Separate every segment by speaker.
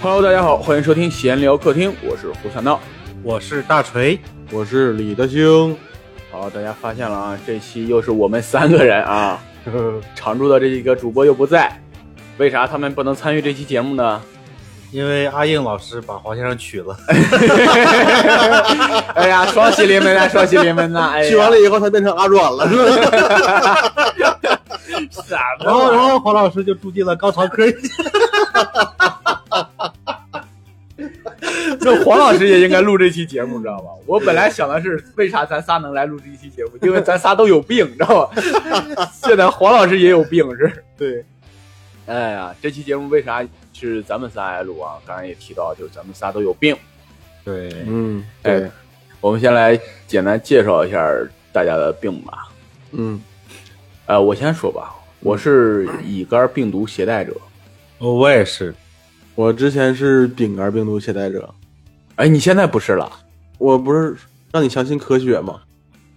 Speaker 1: Hello，大家好，欢迎收听闲聊客厅，我是胡小闹，
Speaker 2: 我是大锤，
Speaker 3: 我是李德兴。
Speaker 1: 好，大家发现了啊，这期又是我们三个人啊， 常驻的这几个主播又不在，为啥他们不能参与这期节目呢？
Speaker 2: 因为阿应老师把黄先生娶了，
Speaker 1: 哎呀，双喜临门 呐，双喜临门呐！哎呀，
Speaker 3: 去完了以后，他变成阿软了，是吧？
Speaker 1: 什
Speaker 2: 然后然
Speaker 1: 么？
Speaker 2: 后黄老师就住进了高潮科，
Speaker 1: 这黄老师也应该录这期节目，你知道 吧？我本来想的是，为啥咱仨能来录这期节目？因为咱仨都有病，你知道吧？ 现在黄老师也有病是。
Speaker 3: 对，
Speaker 1: 哎呀，这期节目为啥是咱们仨来录啊？刚才也提到，就是咱们仨都有病。
Speaker 2: 对，
Speaker 3: 嗯，
Speaker 1: 哎，我们先来简单介绍一下大家的病吧。
Speaker 3: 嗯，
Speaker 1: 呃，我先说吧，我是乙肝病毒携带者。
Speaker 2: 哦我也是，
Speaker 3: 我之前是丙肝病毒携带者，
Speaker 1: 哎，你现在不是了？
Speaker 3: 我不是让你相信科学吗？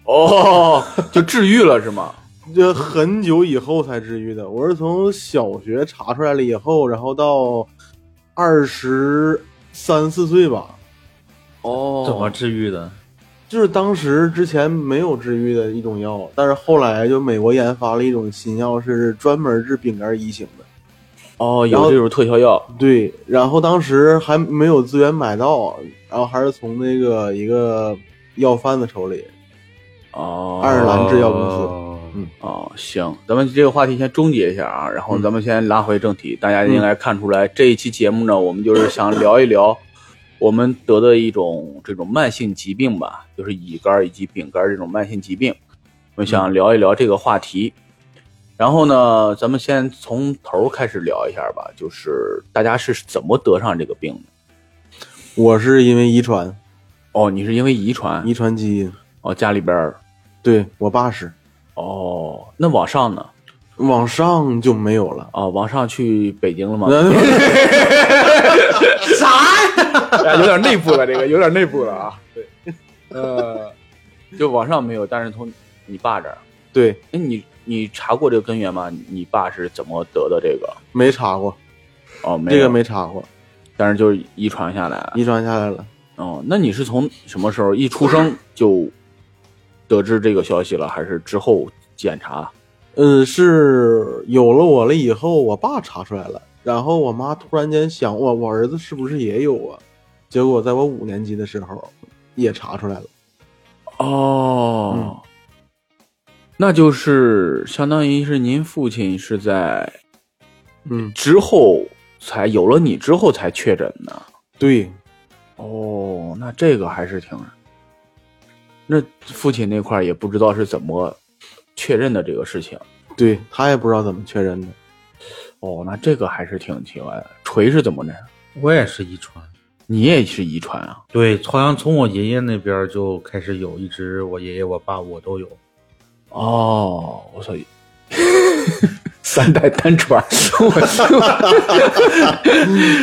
Speaker 1: 哦，就治愈了是吗？
Speaker 3: 这很久以后才治愈的，我是从小学查出来了以后，然后到二十三四岁吧，
Speaker 1: 哦
Speaker 2: 怎么治愈的？
Speaker 3: 就是当时之前没有治愈的一种药，但是后来就美国研发了一种新药，是专门治丙肝一型的。
Speaker 1: 哦，
Speaker 3: 然
Speaker 1: 有
Speaker 3: 后
Speaker 1: 这种特效药？
Speaker 3: 对，然后当时还没有资源买到，然后还是从那个一个要饭的手里，
Speaker 1: 哦，
Speaker 3: 爱尔兰制药公司
Speaker 2: 司，
Speaker 1: 哦，行，咱们这个话题先终结一下啊，然后咱们先拉回正题。大家应该看出来，这一期节目呢，我们就是想聊一聊我们得的一种这种慢性疾病吧，就是乙肝以及丙肝这种慢性疾病。我们想聊一聊这个话题。然后呢，咱们先从头开始聊一下吧，就是大家是怎么得上这个病的？
Speaker 3: 我是因为遗传，
Speaker 1: 哦，你是因为遗传
Speaker 3: 遗？传基因，
Speaker 1: 哦，家里边儿？
Speaker 3: 对我爸是，
Speaker 1: 哦，那往上呢？
Speaker 3: 往上就没有了。
Speaker 1: 哦，往上去北京了吗？ 哎，有点内部了，这个有点内部了啊。对， 呃，就往上没有，但是从你爸这儿，
Speaker 3: 对，
Speaker 1: 哎，你你查过这个根源吗？你你爸是怎么得的这个？
Speaker 3: 没查过，
Speaker 1: 哦，没
Speaker 3: 这
Speaker 1: 有啊
Speaker 3: 个，没查过，
Speaker 1: 但是就是遗传下来了。
Speaker 3: 遗传下来了。
Speaker 1: 哦，那你是从什么时候一出生就得知这个消息了，还是之后检查？
Speaker 3: 嗯，是有了我了以后，我爸查出来了，然后我妈突然间想我，我儿子是不是也有啊？结果在我五年级的时候也查出来了。
Speaker 1: 哦那就是相当于是您父亲是在
Speaker 3: 嗯，
Speaker 1: 之后才有了你之后才确诊的。
Speaker 3: 对，
Speaker 1: 哦，那这个还是挺……那父亲那块儿也不知道是怎么确认的这个事情。
Speaker 3: 对他也不知道怎么确认的。
Speaker 1: 哦，那这个还是挺奇怪的。锤是怎么的？
Speaker 2: 我也是遗传。
Speaker 1: 你也是遗传啊？
Speaker 2: 对，好像从我爷爷那边就开始有，一直我爷爷、我爸我都有。
Speaker 1: 哦，我操！三代单 传，我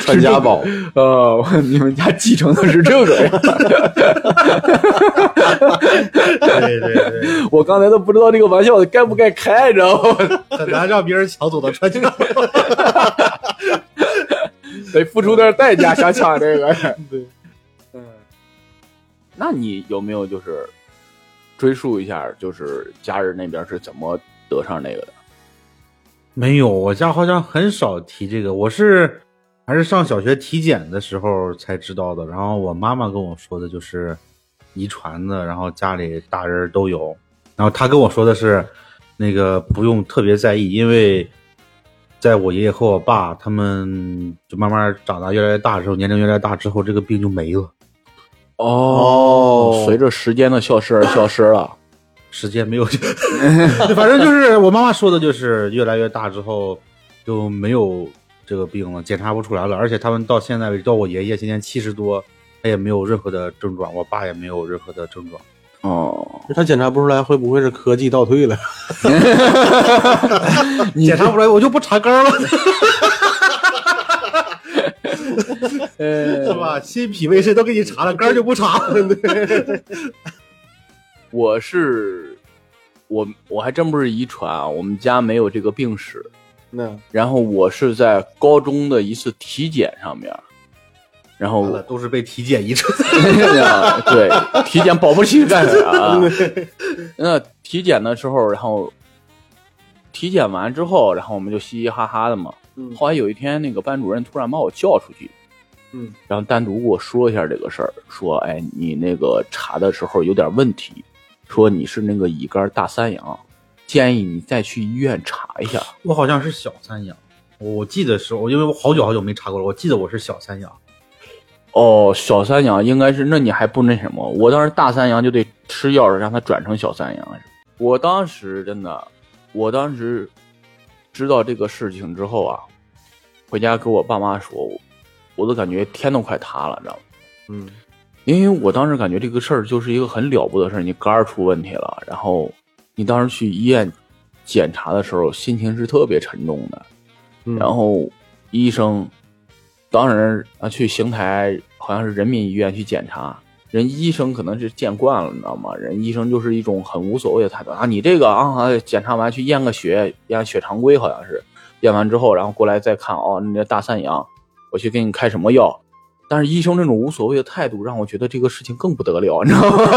Speaker 3: 传家宝，
Speaker 1: 呃，我你们家继承的是这个呀？
Speaker 2: 对对对，
Speaker 1: 我刚才都不知道这个玩笑该不该开，你知道吗？
Speaker 2: 很难让别人抢走的传家宝。
Speaker 1: 得付出点代价想抢这个。
Speaker 3: 嗯
Speaker 1: 嗯
Speaker 3: 对，
Speaker 1: 那你有没有就是追溯一下，就是家人那边是怎么得上那个的？
Speaker 2: 没有，我家好像很少提这个。我是还是上小学体检的时候才知道的，然后我妈妈跟我说的就是遗传的，然后家里大人都有。然后她跟我说的是，那个不用特别在意，因为在我爷爷和我爸他们就慢慢长大越来越大之后，年龄越来越大之后，这个病就没了，
Speaker 3: 哦
Speaker 1: 嗯随着时间的消失而消失了。
Speaker 2: 时间没有，反正就是我妈妈说的就是越来越大之后就没有这个病了，检查不出来了。而且他们到现在为止，到我爷爷今年七十多，他也没有任何的症状，我爸也没有任何的症状。
Speaker 1: 哦，
Speaker 3: 他检查不出来，会不会是科技倒退了？
Speaker 1: 你
Speaker 2: 检查不出来，我就不查肝了，
Speaker 3: 哎
Speaker 1: 呃，
Speaker 2: 吧？心脾胃肾都给你查了，肝就不查了。
Speaker 1: 我是我我还真不是遗传啊，我们家没有这个病史，
Speaker 3: 那
Speaker 1: 然后我是在高中的一次体检上面，然后
Speaker 2: 完了 都是被体检遗传。
Speaker 1: 对体检保不齐干啥、啊？那体检的时候，然后体检完之后，然后我们就嘻嘻哈哈的嘛。
Speaker 3: 嗯
Speaker 1: 后来有一天，那个班主任突然把我叫出去，
Speaker 3: 嗯，
Speaker 1: 然后单独给我说一下这个事儿，说，哎，你那个查的时候有点问题，说你是那个乙肝大三阳，建议你再去医院查一下。
Speaker 2: 我好像是小三阳，我我记得是我，因为我好久好久没查过了，我记得我是小三阳。
Speaker 1: 哦，小三阳应该是，那你还不那什么？我当时大三阳就得吃药让它转成小三阳。我当时真的，我当时知道这个事情之后啊，回家跟我爸妈说，我我都感觉天都快塌了，你知道吗？
Speaker 3: 嗯
Speaker 1: 因为我当时感觉这个事儿就是一个很了不得的事儿，你肝儿出问题了，然后你当时去医院检查的时候，心情是特别沉重的。
Speaker 3: 嗯，
Speaker 1: 然后医生当然啊去邢台好像是人民医院去检查，人医生可能是见惯了，你知道吗？人医生就是一种很无所谓的态度啊，你这个啊，啊检查完去验个血，验血常规好像是，验完之后然后过来再看哦，你这大三阳，我去给你开什么药。但是医生这种无所谓的态度，让我觉得这个事情更不得了，你知道吗？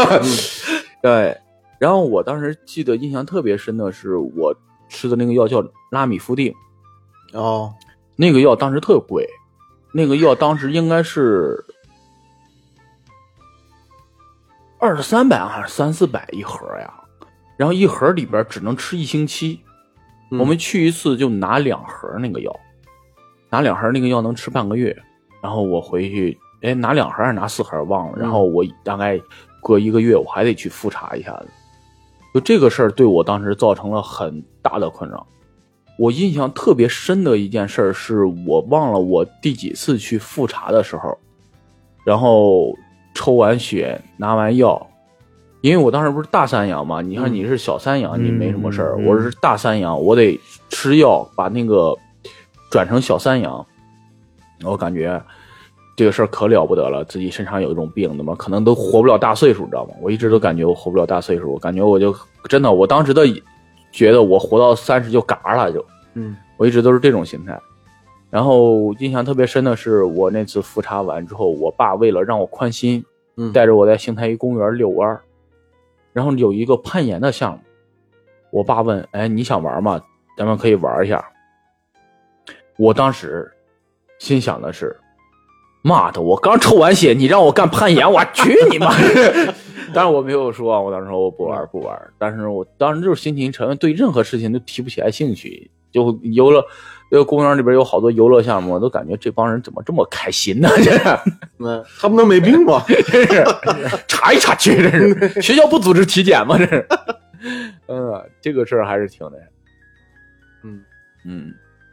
Speaker 1: 对。然后我当时记得印象特别深的是，我吃的那个药叫拉米夫定，
Speaker 3: 哦，
Speaker 1: 那个药当时特贵，那个药当时应该是二十三百还是三四百一盒呀，然后一盒里边只能吃一星期，
Speaker 3: 嗯
Speaker 1: 我们去一次就拿两盒那个药，拿两盒那个药能吃半个月，然后我回去，哎，拿两盒还是拿四盒忘了，然后我大概过一个月我还得去复查一下子，就这个事儿对我当时造成了很大的困扰。我印象特别深的一件事儿，是我忘了我第几次去复查的时候，然后抽完血拿完药，因为我当时不是大三阳嘛，你看你是小三阳，
Speaker 2: 嗯
Speaker 1: 你没什么事儿，
Speaker 2: 嗯嗯
Speaker 1: 我是大三阳，我得吃药把那个转成小三阳，我感觉这个事儿可了不得了，自己身上有一种病，怎么可能都活不了大岁数，你知道吗？我一直都感觉我活不了大岁数，我感觉我就真的，我当时的觉得我活到三十就嘎了就。
Speaker 3: 嗯
Speaker 1: 我一直都是这种心态。然后印象特别深的是，我那次复查完之后，我爸为了让我宽心，
Speaker 3: 嗯，
Speaker 1: 带着我在邢台一公园遛弯儿，然后有一个攀岩的项目，我爸问：“哎，你想玩吗？咱们可以玩一下。”我当时心想的是：“妈的，我刚抽完血，你让我干攀岩，我去你妈！”但是我没有说啊，我当时说我不玩不玩，但是我当时就是心情沉，对任何事情都提不起来兴趣，就游乐。这个公园里边有好多游乐项目，我都感觉这帮人怎么这么开心呢？这是。
Speaker 3: 那他们都没病吧？
Speaker 1: 真是查一查去，这是学校不组织体检吗？这是， 嗯，这个事儿还是挺那啥，
Speaker 3: 嗯，
Speaker 1: 嗯，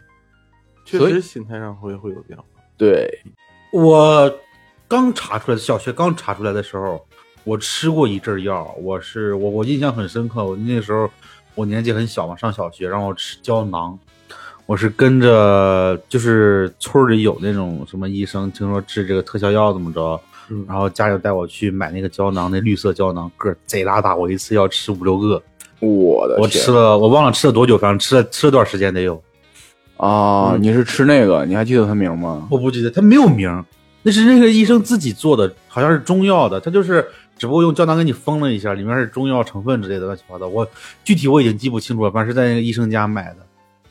Speaker 3: 确
Speaker 1: 所以
Speaker 3: 实心态上会会有变化。
Speaker 1: 对，
Speaker 2: 我刚查出来，小学刚查出来的时候，我吃过一阵儿药，我是我我印象很深刻，我那时候我年纪很小嘛，上小学，让我吃胶囊。我是跟着，就是村儿里有那种什么医生，听说治这个特效药怎么着，
Speaker 3: 嗯
Speaker 2: 然后家里带我去买那个胶囊，那绿色胶囊个儿贼拉大，我一次要吃五六个，
Speaker 1: 我的
Speaker 2: 我吃了，我忘了吃了多久，反正吃了吃了多少时间得有，
Speaker 1: 啊，你是吃那个，你还记得他名吗？
Speaker 2: 我不记得，它没有名儿，那是那个医生自己做的，好像是中药的，它就是只不过用胶囊给你封了一下，里面是中药成分之类的乱七八糟，我具体我已经记不清楚了，反正是在那个医生家买的，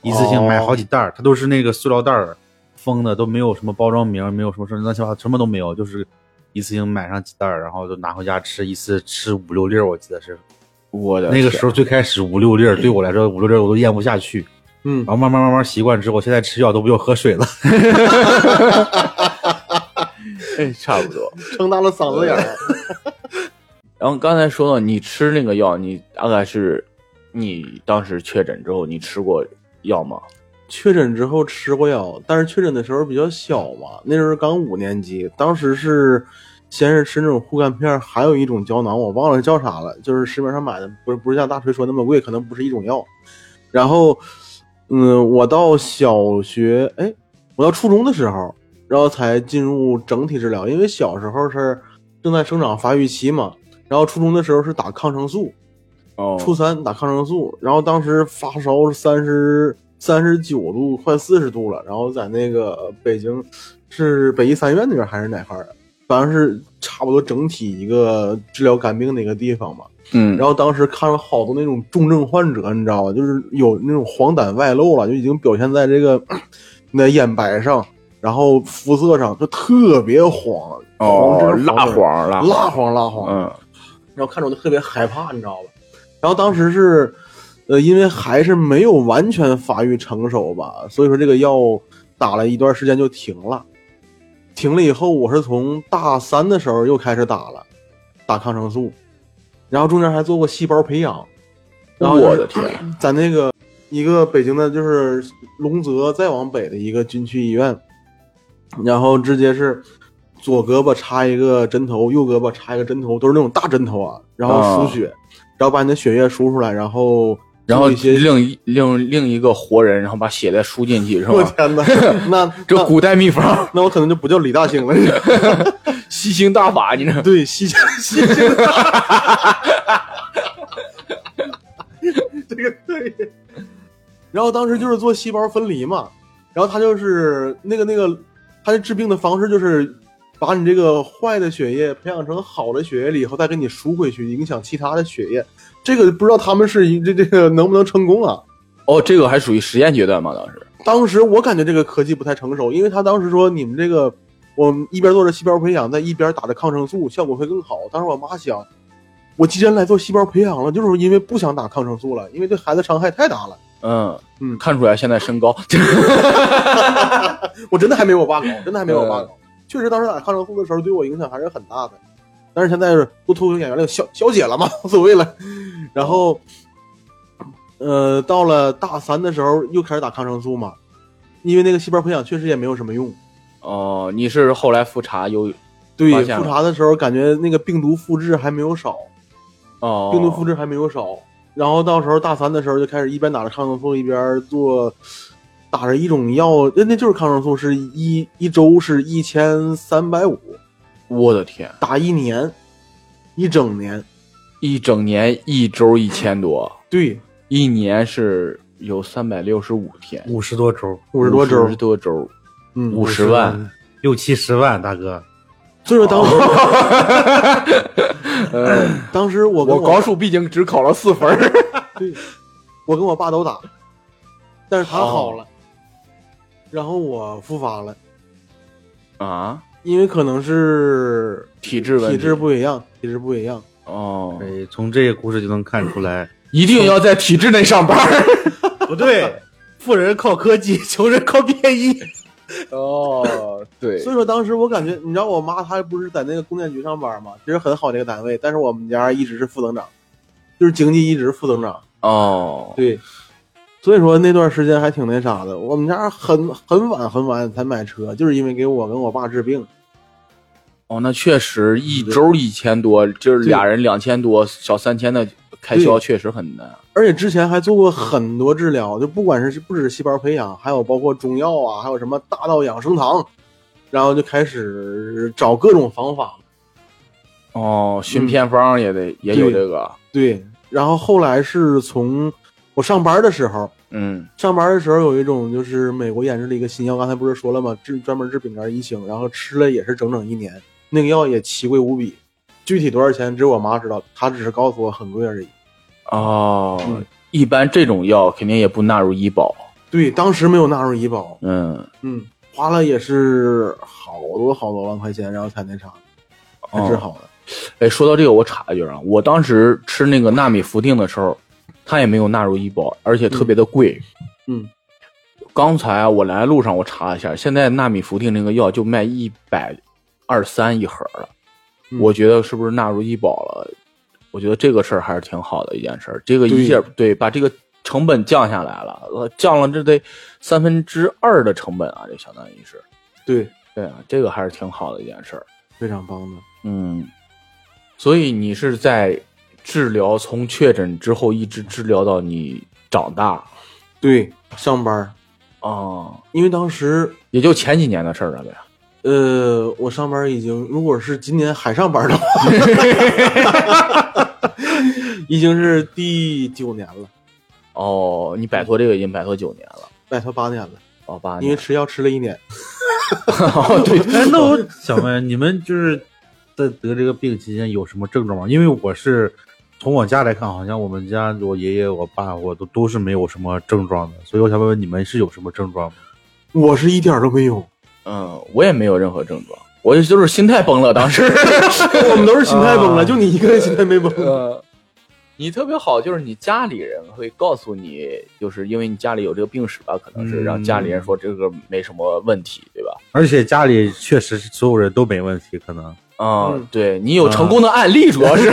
Speaker 2: 一次性买好几袋儿，它都是那个塑料袋儿封的，都没有什么包装名儿，没有什么什么乱七八糟，什么都没有，就是一次性买上几袋儿，然后就拿回家吃，一次吃五六粒儿，我记得是
Speaker 1: 我的
Speaker 2: 那个
Speaker 1: 天
Speaker 2: 时候最开始五六粒儿，对我来说五六粒儿我都咽不下去，
Speaker 3: 嗯
Speaker 2: 然，后慢慢慢慢习惯之后，现在吃药都不用喝水了。
Speaker 1: 哎差不多。
Speaker 3: 撑大了嗓子眼儿。
Speaker 1: 然后刚才说到你吃那个药，你大概是你当时确诊之后你吃过药吗？
Speaker 3: 确诊之后吃过药，但是确诊的时候比较小嘛，那时候刚五年级，当时是先是吃那种护肝片儿，还有一种胶囊，我忘了叫啥了，就是市面上买的，不是不是像大锤说那么贵，可能不是一种药。然后，嗯，我到小学，哎，我到初中的时候，然后才进入整体治疗，因为小时候是正在生长发育期嘛，然后初中的时候是打抗生素，
Speaker 1: 哦
Speaker 3: 初三打抗生素，然后当时发烧三十三十九度快四十度了，然后在那个北京是北医三院那边还是哪块儿啊？反正是差不多整体一个治疗肝病的一个地方吧。
Speaker 1: 嗯，
Speaker 3: 然后当时看了好多那种重症患者，你知道吧？就是有那种黄疸外露了，就已经表现在这个 那眼白上，然后肤色上，就特别黄，
Speaker 1: 哦，
Speaker 3: 真是
Speaker 1: 蜡黄蜡
Speaker 3: 黄，蜡黄蜡黄，
Speaker 1: 嗯
Speaker 3: 然后看着我就特别害怕，你知道吧？然后当时是，呃，因为还是没有完全发育成熟吧，所以说这个药打了一段时间就停了。停了以后，我是从大三的时候又开始打了，打抗生素，然后中间还做过细胞培养。然后就是
Speaker 1: 我的天，啊
Speaker 3: 在那个一个北京的，就是龙泽再往北的一个军区医院，然后直接是左胳膊插一个针头，右胳膊插一个针头，都是那种大针头啊，然后输血，然后把你的血液输出来，然后
Speaker 1: 然后
Speaker 3: 做一些，
Speaker 1: 另一另另一个活人，然后把血再输进去，是
Speaker 3: 我
Speaker 1: 吧？
Speaker 3: 天哪， 那
Speaker 1: 这
Speaker 3: 那
Speaker 1: 古代秘方，
Speaker 3: 那我可能就不叫李大兴了，
Speaker 1: 吸星大法，你 这
Speaker 3: 对，西京 西京，这个对。然后当时就是做细胞分离嘛，然后他就是那个那个，他的治病的方式就是把你这个坏的血液培养成好的血液了以后，再给你输回去，影响其他的血液。这个不知道他们是一这这个能不能成功啊？
Speaker 1: 哦，这个还属于实验阶段吗？当时
Speaker 3: 当时我感觉这个科技不太成熟，因为他当时说你们这个，我们一边做着细胞培养，在一边打着抗生素，效果会更好。当时我妈想，我既然来做细胞培养了，就是因为不想打抗生素了，因为对孩子伤害太大了。
Speaker 1: 嗯
Speaker 3: 嗯
Speaker 1: 看出来现在身高，
Speaker 3: 我真的还没我爸高，真的还没我爸高。确实，当时打抗生素的时候对我影响还是很大的。但是现在是做脱口秀演员了，小小姐了嘛，无所谓了。然后，呃，到了大三的时候又开始打抗生素嘛，因为那个细胞培养确实也没有什么用。
Speaker 1: 哦，你是后来复查有
Speaker 3: 对
Speaker 1: 发，现了
Speaker 3: 复查的时候感觉那个病毒复制还没有少，
Speaker 1: 哦，
Speaker 3: 病毒复制还没有少。然后到时候大三的时候就开始一边打着抗生素一边做，打着一种药，那那就是抗生素，是一一周是一千三百五，
Speaker 1: 我的天，
Speaker 3: 打一年，一整年。
Speaker 1: 一整年一周一千多，
Speaker 3: 对，
Speaker 1: 一年是有三百六十五天，
Speaker 2: 五十多周，
Speaker 3: 五十多周，
Speaker 1: 50多 周，
Speaker 3: 嗯，
Speaker 1: 五十万，
Speaker 2: 六七十万，大哥，
Speaker 3: 所以说当
Speaker 1: 哦
Speaker 3: 时，当 时我跟
Speaker 1: 呃我高数毕竟只考了四分儿，
Speaker 3: 对，我跟我爸都打，但是他
Speaker 1: 哦
Speaker 3: 好了，然后我复发了，
Speaker 1: 啊，
Speaker 3: 因为可能是
Speaker 1: 体质问
Speaker 3: 体
Speaker 1: 题
Speaker 3: 质不一样，体质不一样。
Speaker 1: 哦，
Speaker 2: 哎，从这个故事就能看出来，
Speaker 1: 一定要在体制内上班儿
Speaker 2: 不对， 富人靠科技，穷人靠变异。
Speaker 1: 哦，对
Speaker 3: 所以说当时我感觉，你知道我妈她不是在那个供电局上班嘛，其实很好的一个单位，但是我们家一直是副增长，就是经济一直副增长。
Speaker 1: 哦，
Speaker 3: 对，所以说那段时间还挺那啥的。我们家很很晚很晚才买车，就是因为给我跟我爸治病。
Speaker 1: 哦，那确实一周一千多，就是俩人两千多，小三千的开销
Speaker 3: 对
Speaker 1: 确实很难。
Speaker 3: 而且之前还做过很多治疗，就不管是不止细胞培养，还有包括中药啊，还有什么大道养生堂，然后就开始找各种方法
Speaker 1: 哦，寻偏方也得、也有
Speaker 3: 嗯对
Speaker 1: 这个，
Speaker 3: 对，然后后来是从我上班的时候，
Speaker 1: 嗯
Speaker 3: 上班的时候有一种就是美国研制的一个新药，刚才不是说了吗？治专门治丙肝一型，然后吃了也是整整一年，那个药也奇贵无比，具体多少钱只有我妈知道，她只是告诉我很贵而已。
Speaker 1: 哦，
Speaker 3: 嗯
Speaker 1: 一般这种药肯定也不纳入医保，
Speaker 3: 对，当时没有纳入医保，
Speaker 1: 嗯，
Speaker 3: 嗯，花了也是好多好多万块钱，然后才那啥，才治
Speaker 1: 哦。
Speaker 3: 好的。
Speaker 1: 哎，说到这个，我插一句啊，我当时吃那个纳米氟定的时候，它也没有纳入医保，而且特别的贵。
Speaker 3: 嗯，
Speaker 1: 刚才啊我来路上我查了一下，现在纳米氟定那个药就卖一百二三一盒了，
Speaker 3: 嗯
Speaker 1: 我觉得是不是纳入医保了？我觉得这个事儿还是挺好的一件事儿，这个
Speaker 3: 对
Speaker 1: 一下对把这个成本降下来了，呃降了这得三分之二的成本啊，就相当于是，
Speaker 3: 对，
Speaker 1: 对啊，这个还是挺好的一件事儿。
Speaker 3: 非常棒的。
Speaker 1: 嗯，所以你是在治疗从确诊之后一直治疗到你长大
Speaker 3: 对，上班，
Speaker 1: 啊、
Speaker 3: 因为当时
Speaker 1: 也就前几年的事儿了呗。
Speaker 3: 呃，我上班已经，如果是今年还上班的话，已经是第九年了。
Speaker 1: 哦，你摆脱这个已经摆脱九年了。
Speaker 3: 哎，他八年了，
Speaker 1: 哦，八
Speaker 3: 因为
Speaker 1: 年，
Speaker 3: 吃药吃了一年。
Speaker 1: 哦对，
Speaker 2: 哎， 那 我想问，你们就是在得这个病期间有什么症状吗？因为我是从我家来看，好像我们家我爷爷、我爸，我都都是没有什么症状的，所以我想问问你们是有什么症状吗？
Speaker 3: 我是一点儿都没有，
Speaker 1: 嗯，我也没有任何症状，我就就是心态崩了，当时。
Speaker 3: 我们都是心态崩了，
Speaker 2: 啊
Speaker 3: 就你一个人心态没崩。
Speaker 1: 呃，你特别好，就是你家里人会告诉你，就是因为你家里有这个病史吧，可能是
Speaker 2: 嗯
Speaker 1: 让家里人说这个没什么问题，对吧？
Speaker 2: 而且家里确实是所有人都没问题，可能
Speaker 1: 啊、
Speaker 3: 嗯
Speaker 1: 对你有成功的案例，主要是、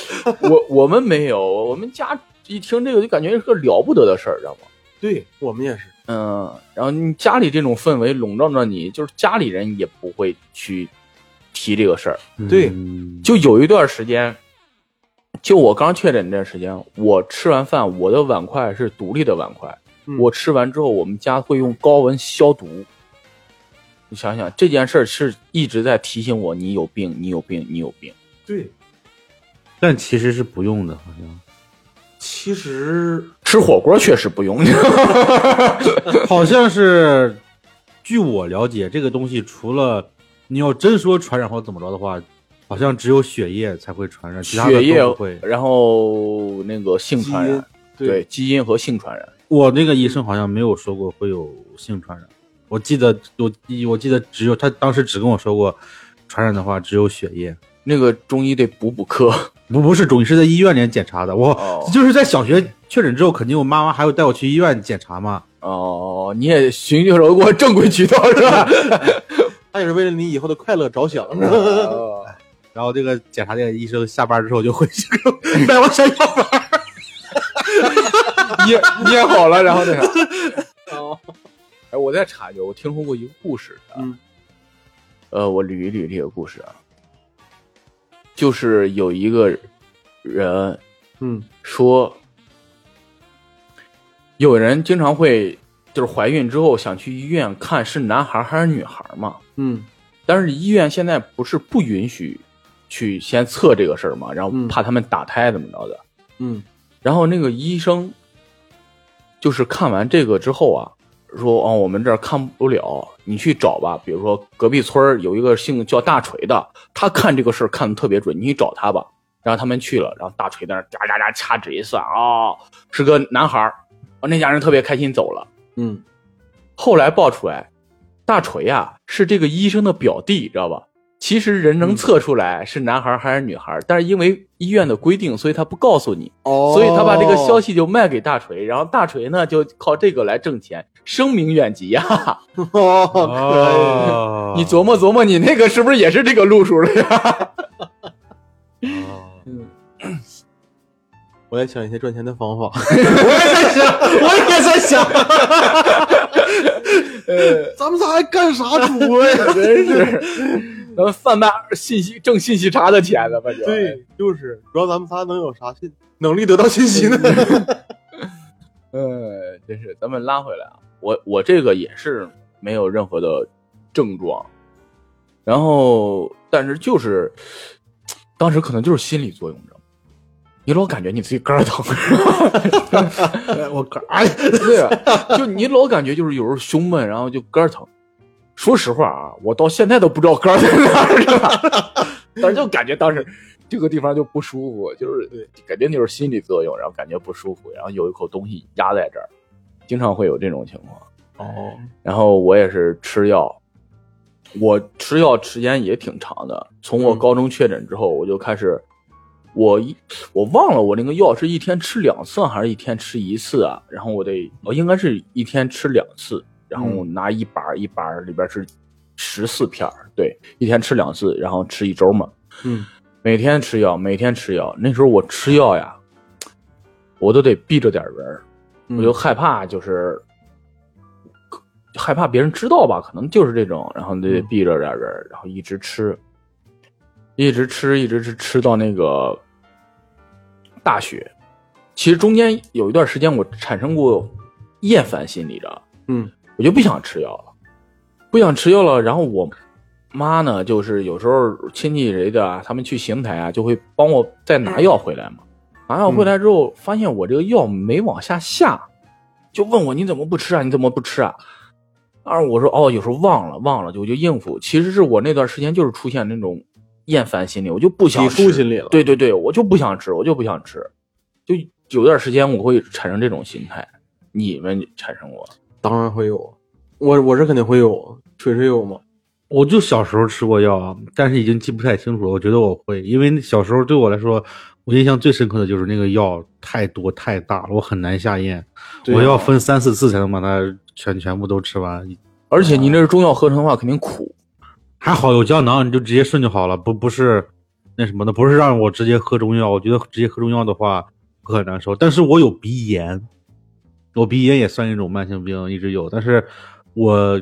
Speaker 1: 我我们没有，我们家一听这个就感觉是个了不得的事儿，知道吗？
Speaker 3: 对我们也是，
Speaker 1: 嗯，然后你家里这种氛围笼罩着你，就是家里人也不会去提这个事儿。
Speaker 3: 对
Speaker 2: 嗯
Speaker 1: 就有一段时间，就我刚确诊这段时间，我吃完饭，我的碗筷是独立的碗筷，
Speaker 3: 嗯
Speaker 1: 我吃完之后，我们家会用高温消毒。你想想这件事儿是一直在提醒我，你有病，你有病，你有病。
Speaker 3: 对，
Speaker 2: 但其实是不用的，好像
Speaker 3: 其实
Speaker 1: 吃火锅确实不用，
Speaker 2: 好像是，据我了解，这个东西除了你要真说传染或怎么着的话，好像只有血液才会传染，其他的
Speaker 1: 血液
Speaker 2: 都不会。
Speaker 1: 然后那个性
Speaker 3: 基
Speaker 1: 传
Speaker 3: 因
Speaker 1: 染，对，基因和性传染。
Speaker 2: 我那个医生好像没有说过会有性传染，我记得我我记得只有他当时只跟我说过，传染的话只有血液，
Speaker 1: 那个中医得补补课，
Speaker 2: 不不是中医是在医院里检查的，我、
Speaker 1: 哦
Speaker 2: 就是在小学确诊之后，肯定我妈妈还有带我去医院检查嘛，
Speaker 1: 哦，你也寻求过正规渠道是吧？
Speaker 3: 他也是为了你以后的快乐着想。
Speaker 1: 哦
Speaker 2: 然后这个检查这个医生下班之后就回去给我 买我山药丸儿，
Speaker 1: 捏捏好了，然后那 啥。哎，我再插一句，我听说过一个故事啊，
Speaker 3: 嗯
Speaker 1: 呃，我捋一捋这个故事啊，就是有一个人
Speaker 3: 嗯
Speaker 1: 说，有人经常会就是怀孕之后想去医院看是男孩还是女孩嘛，
Speaker 3: 嗯
Speaker 1: 但是医院现在不是不允许去先测这个事儿嘛，然后
Speaker 3: 嗯
Speaker 1: 怕他们打胎怎么着的，
Speaker 3: 嗯
Speaker 1: 然后那个医生就是看完这个之后啊，说哦，我们这儿看不了，你去找吧。比如说隔壁村儿有一个姓叫大锤的，他看这个事儿看的特别准，你去找他吧。然后他们去了，然后大锤在那儿喳喳喳掐指一算啊、哦，是个男孩儿，哦那家人特别开心走了。
Speaker 3: 嗯，
Speaker 1: 后来爆出来，大锤呀、是这个医生的表弟，知道吧？其实人能测出来是男孩儿还是女孩儿，但是因为医院的规定，所以他不告诉你。
Speaker 3: 哦
Speaker 1: 所以他把这个消息就卖给大锤，然后大锤呢就靠这个来挣钱，声名远及呀、
Speaker 3: 哦，可以
Speaker 2: 哦
Speaker 1: 你琢磨琢磨，你那个是不是也是这个路数了呀？
Speaker 2: 哦
Speaker 3: 我在想一些赚钱的方法。
Speaker 2: 我也在 想，
Speaker 3: 咱们仨还干啥主呀？
Speaker 1: 真是， 咱们贩卖信息挣信息差的钱了吧？就，
Speaker 3: 对，就是主要咱们仨能有啥信能力得到信息呢？
Speaker 1: 嗯，真是。咱们拉回来啊，我我这个也是没有任何的症状，然后但是就是当时可能就是心理作用，你知道吗？你老感觉你自己肝儿疼。
Speaker 2: 我靠，哎，
Speaker 1: 对啊，就你老感觉就是有时候胸闷，然后就肝儿疼。说实话啊，我到现在都不知道肝儿在哪儿了，但是就感觉当时这个地方就不舒服，就是感觉就是心理作用，然后感觉不舒服，然后有一口东西压在这儿，经常会有这种情况。
Speaker 3: 哦，
Speaker 1: 然后我也是吃药，我吃药时间也挺长的。从我
Speaker 3: 嗯
Speaker 1: 高中确诊之后，我就开始，我一我忘了我那个药是一天吃两次还是一天吃一次啊？然后我得，我应该是一天吃两次，然后拿一板儿一板儿里边是十四片儿，对，一天吃两次，然后吃一周嘛。
Speaker 3: 嗯，
Speaker 1: 每天吃药，每天吃药。那时候我吃药呀，我都得避着点人儿，
Speaker 3: 嗯
Speaker 1: 我就害怕就是害怕别人知道吧，可能就是这种，然后就得避着点人儿，然后一直吃，一直吃，一直吃，吃到那个大学。其实中间有一段时间我产生过厌烦心理的，
Speaker 3: 嗯，
Speaker 1: 我就不想吃药了，不想吃药了。然后我妈呢，就是有时候亲戚谁的啊，他们去邢台啊，就会帮我再拿药回来嘛。拿药回来之后，发现我这个药没往下下，就问我你怎么不吃啊？你怎么不吃啊？而我说哦，有时候忘了忘了就就应付。其实是我那段时间就是出现那种厌烦心理，我就不想
Speaker 3: 抵
Speaker 1: 吃。
Speaker 3: 触心理了。
Speaker 1: 对对对，我就不想吃，我就不想吃。就有段时间我会产生这种心态，你们产生过？
Speaker 3: 当然会有，我我是肯定会有，锤锤有吗？
Speaker 2: 我就小时候吃过药啊，但是已经记不太清楚了。我觉得我会，因为小时候对我来说，我印象最深刻的就是那个药太多太大了，我很难下咽，
Speaker 3: 对啊
Speaker 2: 我要分三四次才能把它全全部都吃完。
Speaker 1: 而且你那是中药合成的话，肯定苦。
Speaker 2: 还好有胶囊，你就直接顺就好了，不不是那什么的，不是让我直接喝中药。我觉得直接喝中药的话会很难受。但是我有鼻炎，我鼻炎也算一种慢性病，一直有。但是我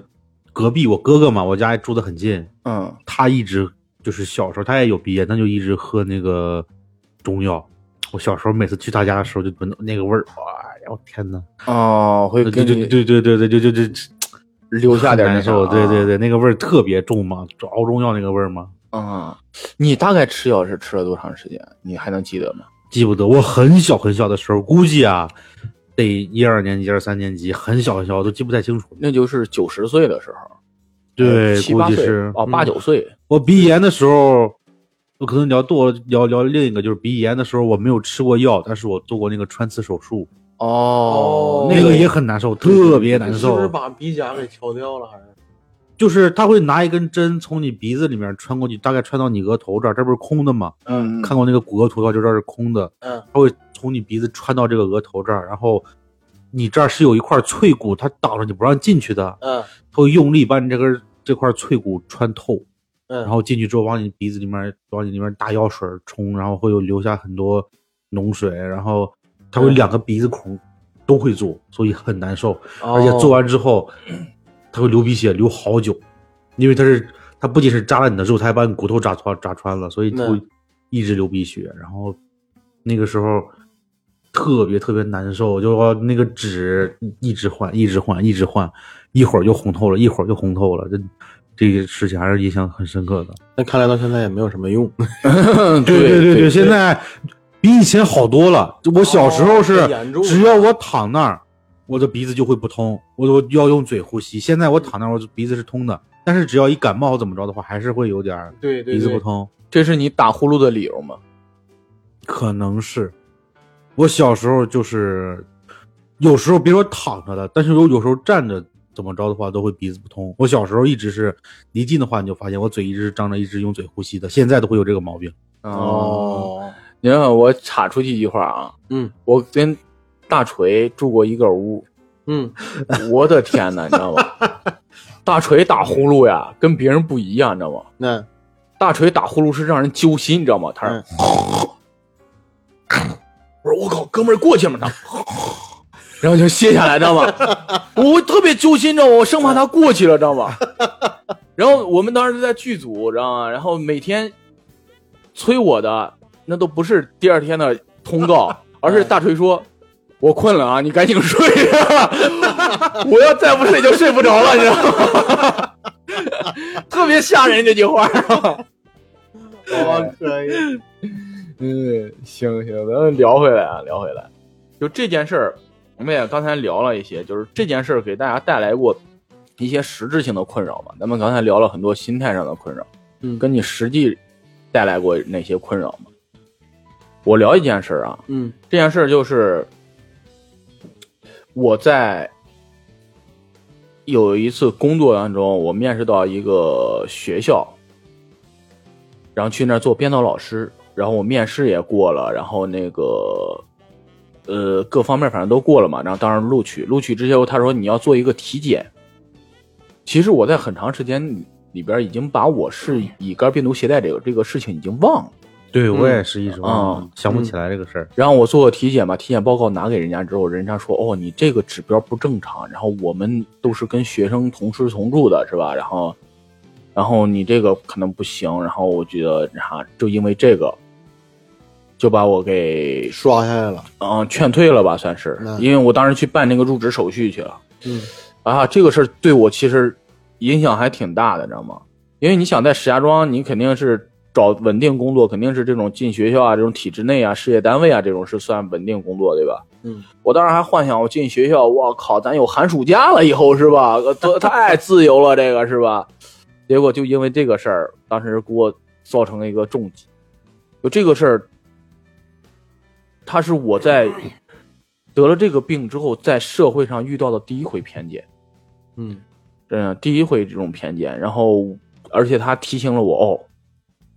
Speaker 2: 隔壁我哥哥嘛，我家住的很近，
Speaker 1: 嗯，
Speaker 2: 他一直就是小时候他也有鼻炎，他就一直喝那个中药。我小时候每次去他家的时候，就闻到那个味儿，哎呀，我天哪！
Speaker 1: 哦，会
Speaker 2: 对
Speaker 1: 给
Speaker 2: 对对
Speaker 1: 你
Speaker 2: 对对对对，就就就
Speaker 1: 留下点
Speaker 2: 很
Speaker 1: 那
Speaker 2: 难
Speaker 1: 啥
Speaker 2: 受。对对对，那个味儿特别重嘛，就熬中药那个味儿嘛，
Speaker 1: 啊、你大概吃药是吃了多长时间？你还能记得吗？
Speaker 2: 记不得。我很小很小的时候，估计啊，得一二年级、二三年级，很小很小，我都记不太清楚。
Speaker 1: 那就是九十岁的时候，
Speaker 2: 对，
Speaker 1: 呃七
Speaker 2: 估
Speaker 1: 八
Speaker 2: 计
Speaker 1: 岁
Speaker 2: 是嗯
Speaker 1: 哦，八九岁，
Speaker 2: 我鼻炎的时候，我可能聊多聊聊另一个，就是鼻炎的时候我没有吃过药，但是我做过那个穿刺手术，
Speaker 1: 哦
Speaker 3: 哦，
Speaker 2: 那个也很难受，特别难
Speaker 3: 是不是
Speaker 2: 受。
Speaker 3: 把鼻甲给敲掉了？还是
Speaker 2: 就是他会拿一根针从你鼻子里面穿过去，大概穿到你额头这儿，这不是空的吗？
Speaker 1: 嗯，
Speaker 2: 看过那个骨骼图的话，就这儿是空的，
Speaker 3: 嗯，
Speaker 2: 它会从你鼻子穿到这个额头这儿，然后你这儿是有一块脆骨，它挡着你不让进去的，
Speaker 3: 嗯
Speaker 2: 它会用力把你这根这块脆骨穿透，
Speaker 3: 嗯，
Speaker 2: 然后进去之后往你鼻子里面往你里面大药水冲，然后会有留下很多脓水，然后它会
Speaker 3: 嗯
Speaker 2: 两个鼻子孔都会做，所以很难受，
Speaker 3: 哦
Speaker 2: 而且做完之后，它会流鼻血，流好久，因为它是它不仅是扎了你的肉，它还把你骨头扎穿扎穿了，所以它
Speaker 3: 那
Speaker 2: 会一直流鼻血。然后那个时候特别特别难受，就说那个纸一直换，一直换，一直换，一会儿就红透了，一会儿就红透了。这这个事情还是印象很深刻的。
Speaker 3: 那看来到现在也没有什么用。
Speaker 1: 对
Speaker 2: 对
Speaker 1: 对
Speaker 2: 对，现在比以前好多了。就我小时候是
Speaker 3: 哦严重，了
Speaker 2: 只要我躺那儿，我的鼻子就会不通，我我要用嘴呼吸。现在我躺那儿，我鼻子是通的，但是只要一感冒或怎么着的话，还是会有点儿
Speaker 3: 对
Speaker 2: 鼻子不通，
Speaker 1: 这是你打呼噜的理由吗？
Speaker 2: 可能是我小时候就是有时候别说躺着了，但是有有时候站着。怎么着的话都会鼻子不通。我小时候一直是离近的话，你就发现我嘴一直是张着，一直用嘴呼吸的。现在都会有这个毛病。
Speaker 3: 哦，
Speaker 1: 你看我插出去一句话啊，
Speaker 3: 嗯
Speaker 1: 我跟大锤住过一个屋，
Speaker 3: 嗯，
Speaker 1: 我的天呐，你知道吗？ 大锤打呼噜呀，跟别人不一样，你知道吗？
Speaker 3: 那
Speaker 1: 大锤打呼噜是让人揪心，你知道吗？他是，
Speaker 3: 嗯
Speaker 1: 我说我靠，哥们儿过去嘛，他， 然后就歇下来，知道吗？ 我特别揪心，知道吗？我生怕他过去了，知道吗？ 然后我们当时在剧组，知道吗？然后每天催我的那都不是第二天的通告，而是大锤说。我困了啊，你赶紧睡 啊！我要再不睡就睡不着了，你知道吗？ 特别吓人这句话。
Speaker 3: 哦可以，
Speaker 1: 嗯，行行，咱们聊回来啊，聊回来。就这件事儿，我们也刚才聊了一些，就是这件事儿给大家带来过一些实质性的困扰嘛。咱们刚才聊了很多心态上的困扰，
Speaker 3: 嗯
Speaker 1: 跟你实际带来过哪些困扰嘛？我聊一件事儿啊，
Speaker 3: 嗯
Speaker 1: 这件事儿就是我在有一次工作当中，我面试到一个学校，然后去那儿做编导老师，然后我面试也过了，然后那个呃各方面反正都过了嘛，然后当时录取，录取之后他说你要做一个体检，其实我在很长时间里边已经把我是乙肝病毒携带这个这个事情已经忘了。
Speaker 2: 对我
Speaker 3: 嗯
Speaker 2: 也是一直忘了
Speaker 1: 啊
Speaker 2: 想不起来这个事儿。
Speaker 1: 然后我做个体检吧，体检报告拿给人家之后，人家说哦，你这个指标不正常。然后我们都是跟学生同吃同住的，是吧？然后，然后你这个可能不行。然后我觉得，然后就因为这个，就把我给
Speaker 3: 刷下来了。
Speaker 1: 嗯、劝退了吧，算是
Speaker 3: 嗯，
Speaker 1: 因为我当时去办那个入职手续去了。
Speaker 3: 嗯
Speaker 1: 啊，这个事儿对我其实影响还挺大的，知道吗？因为你想在石家庄，你肯定是找稳定工作，肯定是这种进学校啊、这种体制内啊、事业单位啊这种是算稳定工作，对吧？
Speaker 3: 嗯，
Speaker 1: 我当时还幻想我进学校，我靠，咱有寒暑假了以后是吧？呃多太自由了，这个是吧？结果就因为这个事儿，当时给我造成了一个重击。就这个事儿，它是我在得了这个病之后，在社会上遇到的第一回偏见。
Speaker 3: 嗯，
Speaker 1: 嗯，第一回这种偏见，然后而且他提醒了我，哦，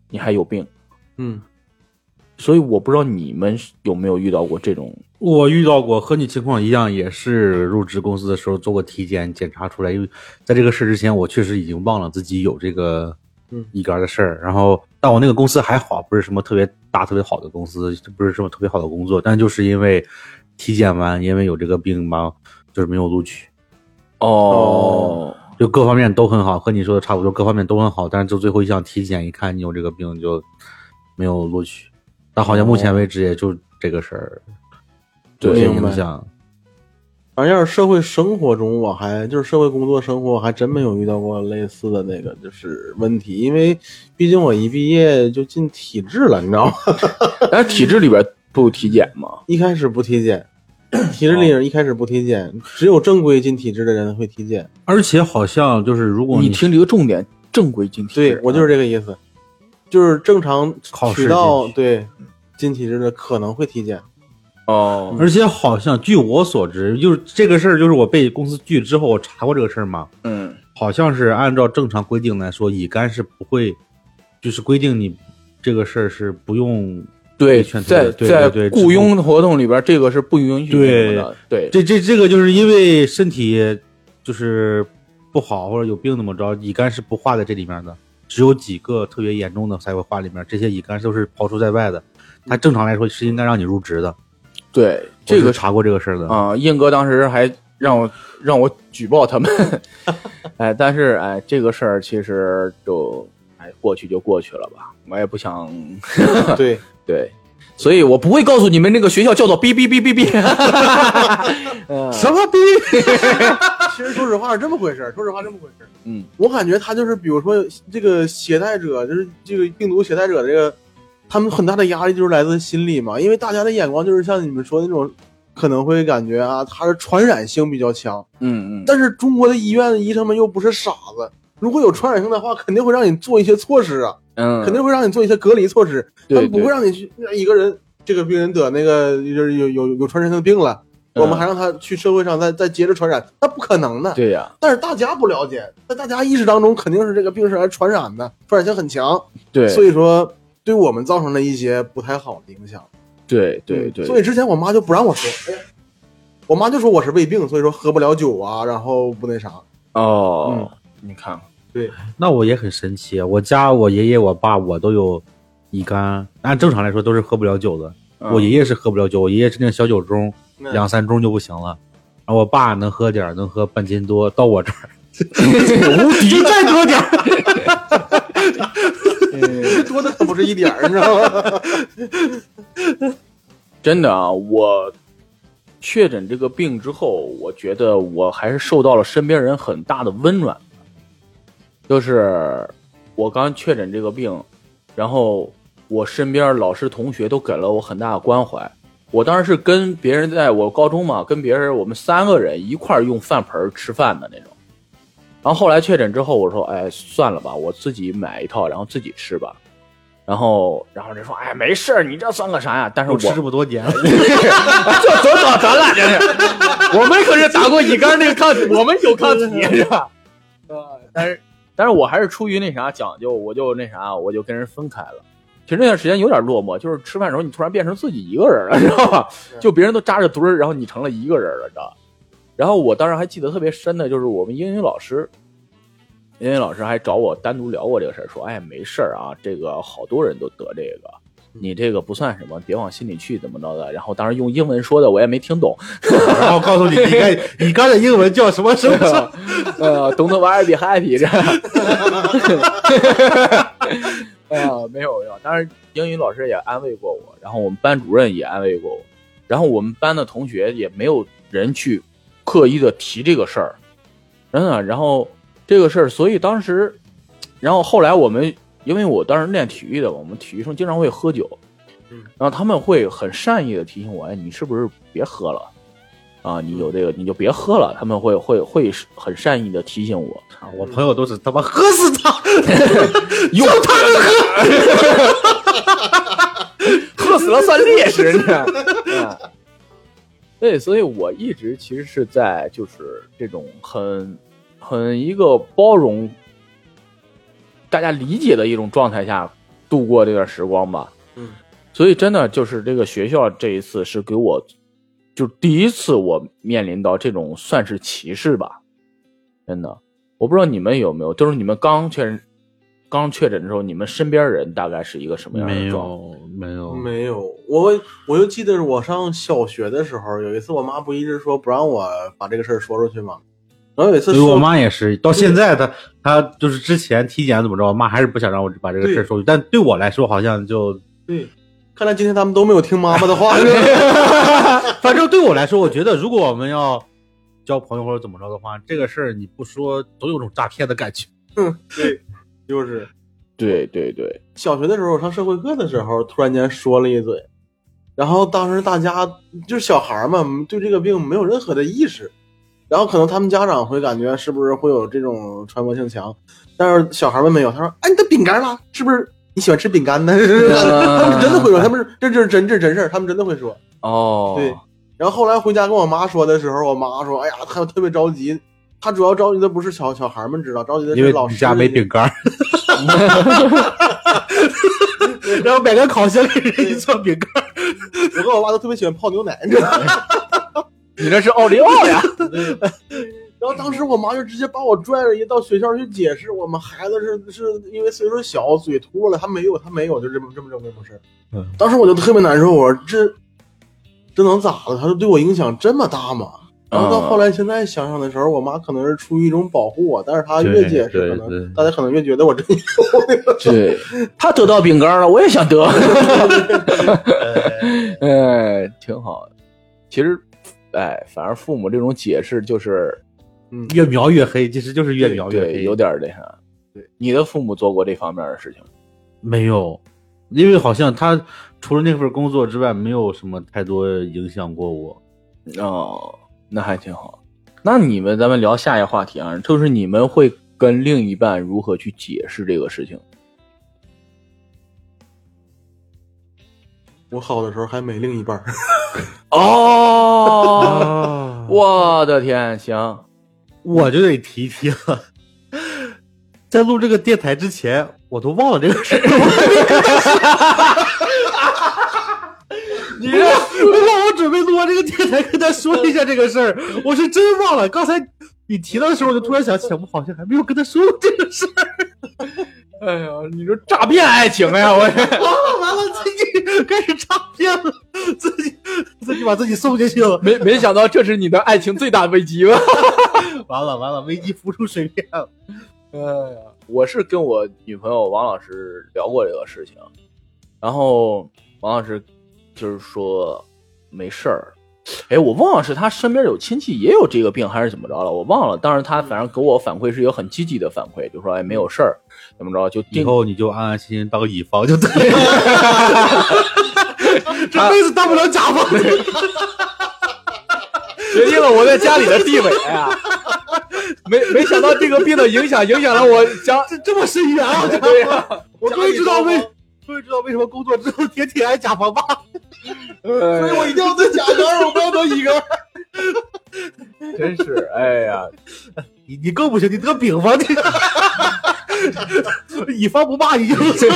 Speaker 1: 你还有病，
Speaker 3: 嗯，
Speaker 1: 所以我不知道你们有没有遇到过这种，
Speaker 2: 我遇到过和你情况一样，也是入职公司的时候做过体检，检查出来，因为在这个事之前，我确实已经忘了自己有这个
Speaker 3: 嗯
Speaker 2: 乙肝的事儿。然后，但我那个公司还好，不是什么特别大、特别好的公司，不是什么特别好的工作，但就是因为体检完，因为有这个病吧，就是没有录取，
Speaker 1: 哦，
Speaker 2: 就各方面都很好，和你说的差不多，各方面都很好，但是就最后一项体检一看你有这个病，就没有录取。但好像目前为止也就这个事儿，有些
Speaker 1: 对，
Speaker 3: 明白
Speaker 2: 影响。
Speaker 3: 反正要是社会生活中，我还就是社会工作生活，我还真没有遇到过类似的那个就是问题，因为毕竟我一毕业就进体制了，你知道吗？
Speaker 1: 但是体制里边不有体检吗？
Speaker 3: 一开始不体检，体制里
Speaker 2: 哦
Speaker 3: 人一开始不体检，只有正规进体制的人会体检。
Speaker 2: 而且好像就是，如果
Speaker 1: 你听这个重点，正规进体制，
Speaker 3: 对我就是这个意思，就是正常
Speaker 2: 啊考试
Speaker 3: 渠道
Speaker 2: 进去
Speaker 3: 对进体制的可能会体检。
Speaker 1: 哦，
Speaker 2: 而且好像据我所知，就是这个事儿，就是我被公司拒之后，我查过这个事儿嘛，
Speaker 1: 嗯，
Speaker 2: 好像是按照正常规定来说，乙肝是不会，就是规定你这个事儿是不用
Speaker 1: 对，
Speaker 2: 被劝退
Speaker 1: 在
Speaker 2: 的对
Speaker 1: 在
Speaker 2: 对对
Speaker 1: 雇佣活动里边，这个是不允许什么的，对，
Speaker 2: 这这这个就是因为身体就是不好或者有病怎么着，乙肝是不划在这里面的，只有几个特别严重的才会划里面，这些乙肝都是刨除在外的。它正常来说是应该让你入职的，
Speaker 1: 对
Speaker 2: 我
Speaker 1: 这
Speaker 2: 是
Speaker 1: 个
Speaker 2: 查过这个事儿的。
Speaker 1: 啊、燕哥当时还让我让我举报他们， 哎，但是哎，这个事儿其实就哎过去就过去了吧，我也不想
Speaker 3: 对，
Speaker 1: 对，所以我不会告诉你们那个学校叫做哔哔哔哔哔， 嗯
Speaker 2: 什么逼？
Speaker 3: 其实说实话是这么回事儿，说 实话这么回事儿。
Speaker 1: 嗯，
Speaker 3: 我感觉他就是，比如说这个携带者，就是这个病毒携带者，这个他们很大的压力就是来自心理嘛，因为大家的眼光就是像你们说的那种，可能会感觉啊，它是传染性比较强。
Speaker 1: 嗯嗯，
Speaker 3: 但是中国的医院的医生们又不是傻子，如果有传染性的话，肯定会让你做一些措施啊，
Speaker 1: 嗯，
Speaker 3: 肯定会让你做一些隔离措施，
Speaker 1: 对
Speaker 3: 他们不会
Speaker 1: 对
Speaker 3: 让你去一个人这个病人得那个就是有有有传染性的病了。
Speaker 1: 嗯
Speaker 3: 我们还让他去社会上再再接着传染，那不可能的。
Speaker 1: 对呀、
Speaker 3: 但是大家不了解，在大家意识当中肯定是这个病是来传染的，传染性很强，
Speaker 1: 对，
Speaker 3: 所
Speaker 1: 以
Speaker 3: 以说对我们造成了一些不太好的影响。
Speaker 1: 对对
Speaker 3: 嗯所
Speaker 1: 对，
Speaker 3: 以之前我妈就不让我喝，哎呀我妈就说我是胃病，所以说喝不了酒啊，然后不那啥。
Speaker 1: 哦，
Speaker 3: 嗯
Speaker 1: 你看，
Speaker 2: 那我也很神奇，啊我家我爷爷我爸我都有乙肝，按正常来说都是喝不了酒的。
Speaker 1: 嗯
Speaker 2: 我爷爷是喝不了酒，我爷爷是那个小酒盅，
Speaker 3: 那
Speaker 2: 两三盅就不行了。然后我爸能喝点儿，能喝半斤多，到我这 儿无敌，再多点儿。
Speaker 3: 多的可不是一点儿，你知道 吗？
Speaker 1: 真的啊，我确诊这个病之后，我觉得我还是受到了身边人很大的温暖。就是我刚确诊这个病，然后我身边老师同学都给了我很大的关怀。我当时是跟别人在我高中嘛，跟别人我们三个人一块儿用饭盆儿吃饭的那种。然后后来确诊之后，我说：“哎，算了吧，我自己买一套，然后自己吃吧。”然后，然后人说：“哎，没事儿，你这算个啥呀？”但是我
Speaker 2: 哎我吃这么多年，
Speaker 1: 就走找咱俩这是， 我们可是打过乙肝那个 抗体，我们有抗体是吧？但是，但是我还是出于那啥讲究，我就那啥，我就跟人分开了。其实那段时间有点落寞，就是吃饭的时候你突然变成自己一个人了，知道 吧？就别人都扎着堆儿，然后你成了一个人了，知道吧？然后我当时还记得特别深的就是我们英语老师，英语老师还找我单独聊过这个事儿，说：“哎，没事儿啊，这个好多人都得这个，你这个不算什么，别往心里去，怎么着的。然后当时用英文说的，我也没听懂。
Speaker 2: 然后告诉你，你 看乙肝的英文叫什么什么什么。
Speaker 1: 呃，懂得玩 t 比 happy 这样。 哎呀，没有没有，当然英语老师也安慰过我，然后我们班主任也安慰过我，然后我们班的同学也没有人去刻意的提这个事儿，真的。然后这个事儿，所以当时，然后后来我们因为我当时练体育的，我们体育生经常会喝酒，
Speaker 3: 嗯
Speaker 1: 然后他们会很善意的提醒我，哎，你是不是别喝了？啊，你有这个你就别喝了。他们会会会很善意的提醒我，
Speaker 2: 啊我朋友都是他妈喝死他，
Speaker 1: 有他们 喝，喝死了算烈士你知道吗。嗯 对，所以我一直其实是在就是这种很很一个包容大家理解的一种状态下度过这段时光吧。
Speaker 3: 嗯，
Speaker 1: 所以真的就是这个学校这一次是给我就第一次我面临到这种算是歧视吧，真的。我不知道你们有没有，就是你们刚确诊、刚确诊的时候，你们身边人大概是一个什么样
Speaker 2: 没
Speaker 1: 的状况？
Speaker 2: 有没有
Speaker 3: 没有，我我就记得是我上小学的时候，有一次我妈不一直说不让我把这个事儿说出去嘛，然后有一
Speaker 2: 所
Speaker 3: 次
Speaker 2: 以
Speaker 3: 说
Speaker 2: 我妈也是，到现在她她就是之前体检怎么着，我妈还是不想让我把这个事儿说出去。但对我来说，好像就
Speaker 3: 对，嗯看来今天他们都没有听妈妈的话。
Speaker 2: 反正对我来说，我觉得如果我们要交朋友或者怎么着的话，这个事儿你不说，总有种诈骗的感觉。
Speaker 3: 对，就是
Speaker 1: 对对对，
Speaker 3: 小学的时候上社会课的时候，突然间说了一嘴，然后当时大家就是小孩儿嘛，对这个病没有任何的意识，然后可能他们家长会感觉是不是会有这种传播性强，但是小孩们没有，他说：“哎，你的饼干啦，是不是你喜欢吃饼干呢？” 他们真的会说，他们是这这是真这是真事儿，他们真的会说。
Speaker 1: 哦，
Speaker 3: 对，然后后来回家跟我妈说的时候，我妈说：“哎呀，她特别着急。”她主要着急的不是小小孩们知道，着急的
Speaker 2: 因
Speaker 3: 是
Speaker 2: 为
Speaker 3: 老师。
Speaker 2: 你家没饼 干儿，然后买个烤箱给人一做饼干儿。
Speaker 3: 我跟我爸都特别喜欢泡牛奶，你知道吗？
Speaker 1: 你这是奥利奥呀？
Speaker 3: 然后当时我妈就直接把我拽着一到学校去解释，我们孩子是是因为岁数小，嘴秃了，他没有，他没有，就这么这么这么这么回事儿。
Speaker 2: 嗯
Speaker 3: 当时我就特别难受，我说这这能咋的？他就对我影响这么大吗？然后到
Speaker 2: 啊
Speaker 3: 后来现在想想的时候，我妈可能是出于一种保护我，但是她越
Speaker 2: 对
Speaker 3: 解释，可
Speaker 2: 对对
Speaker 3: 能大家可能越觉得我真有。
Speaker 1: 对， 他得到饼干了，我也想 得。哎，挺好的。其实，哎，反而父母这种解释就是
Speaker 3: 嗯，
Speaker 2: 越描越黑，其实就是越描越
Speaker 1: 对，
Speaker 2: 黑
Speaker 1: 有。点儿那啥。
Speaker 3: 对，
Speaker 1: 你的父母做过这方面的事情吗，
Speaker 2: 没有，因为好像他除了那份工作之外，没有什么太多影响过我。
Speaker 1: 哦，那还挺好。那你们，咱们聊下一个话题啊，就是你们会跟另一半如何去解释这个事情？
Speaker 3: 我好的时候还没另一 半儿，
Speaker 1: 哦，
Speaker 2: 啊
Speaker 1: 我的天，行，
Speaker 2: 我就得提一提了。在录这个电台之前，我都忘了这个 事儿。你让让我准备录完这个电台，跟他说一下这个事儿，我是真忘了。刚才你提到的时候，我就突然想起来，我好像还没有跟他说过这个事 儿。
Speaker 1: 哎呀，你说诈骗爱情呀、我。
Speaker 2: 啊，完了，自己开始诈骗了，自己自己把自己送进去了
Speaker 1: 没没想到这是你的爱情最大危机吧？
Speaker 2: 完了完了，危机浮出水面了。
Speaker 1: 哎呀，我是跟我女朋友王老师聊过这个事情，然后王老师就是说没事儿。哎，我忘了是他身边有亲戚也有这个病还是怎么着了，我忘了。当时他反正给我反馈是一个很积极的反馈，就说哎没有事儿，怎么着就
Speaker 2: 以
Speaker 1: 定
Speaker 2: 后你就安安心心当个乙方就对了， 这辈子当不了甲 方。
Speaker 1: 决定了我在家里的地位。哎呀，没没想到这个病的影响影响了我家，
Speaker 2: 这这么深远啊！这
Speaker 1: 对呀、
Speaker 2: 我终于知道为，终于知道为什么工作之后天天挨甲 方骂。
Speaker 1: 哎
Speaker 3: 所以我一定要做假肝，我不要做乙肝。
Speaker 1: 真是哎呀，
Speaker 2: 你你更不行，你得丙方你。 乙方不骂你就行，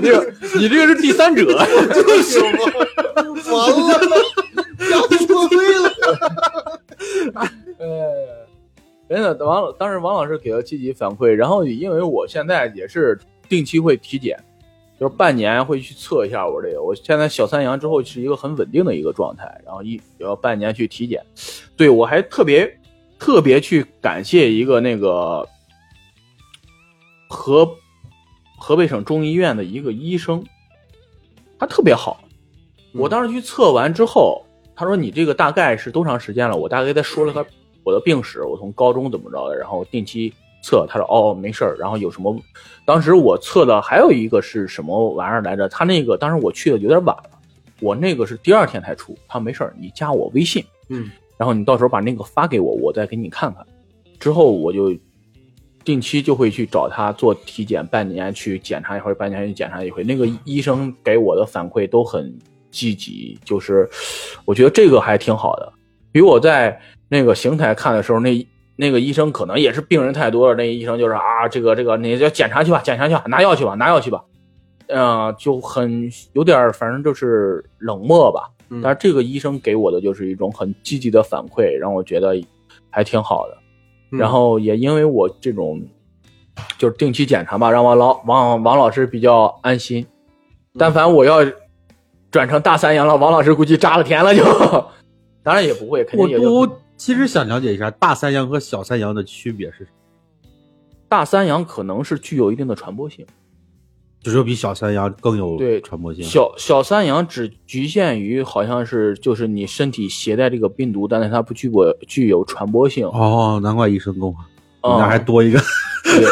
Speaker 1: 你 这个你这个是第三者。
Speaker 3: 就是嘛，完了，家庭破碎了。
Speaker 1: 呃，真的，王老当时王老师给了积极反馈，然后因为我现在也是定期会体检，就是半年会去测一下我这个。我现在小三阳之后是一个很稳定的一个状态，然后一要半年去体检。对我还特别特别去感谢一个那个河河北省中医院的一个医生，他特别好。我当时去测完之后，他说你这个大概是多长时间了？我大概给他说了他我的病史，我从高中怎么着的，然后定期测，他说哦没事儿，然后有什么，当时我测的还有一个是什么玩意儿来着？他那个当时我去的有点晚了，我那个是第二天才出，他说没事儿，你加我微信，
Speaker 3: 嗯，
Speaker 1: 然后你到时候把那个发给我，我再给你看看。之后我就定期就会去找他做体检，半年去检查一回，半年去检查一回。那个医生给我的反馈都很积极，就是我觉得这个还挺好的。比我在那个邢台看的时候，那那个医生可能也是病人太多了，那医生就是啊，这个这个，你就检查去吧，检查去吧，拿药去吧，拿药去吧，呃，就很有点儿，反正就是冷漠吧。
Speaker 3: 嗯
Speaker 1: 但是这个医生给我的就是一种很积极的反馈，让我觉得还挺好的。
Speaker 3: 嗯
Speaker 1: 然后也因为我这种就是定期检查吧，让王老王王老师比较安心。但凡我要转成大三阳了，王老师估计扎了天了就。 当然也不会，肯定
Speaker 2: 我
Speaker 1: 也就
Speaker 2: 我其实想了解一下大三阳和小三阳的区别是什么，
Speaker 1: 大三阳可能是具有一定的传播性，
Speaker 2: 只有比小三阳更有
Speaker 1: 对
Speaker 2: 传播性。
Speaker 1: 小小三阳只局限于好像是就是你身体携带这个病毒，但是它不具有具有传播性。
Speaker 2: 哦，难怪医生跟我，
Speaker 1: 嗯
Speaker 2: 你那还多一个。
Speaker 1: 对，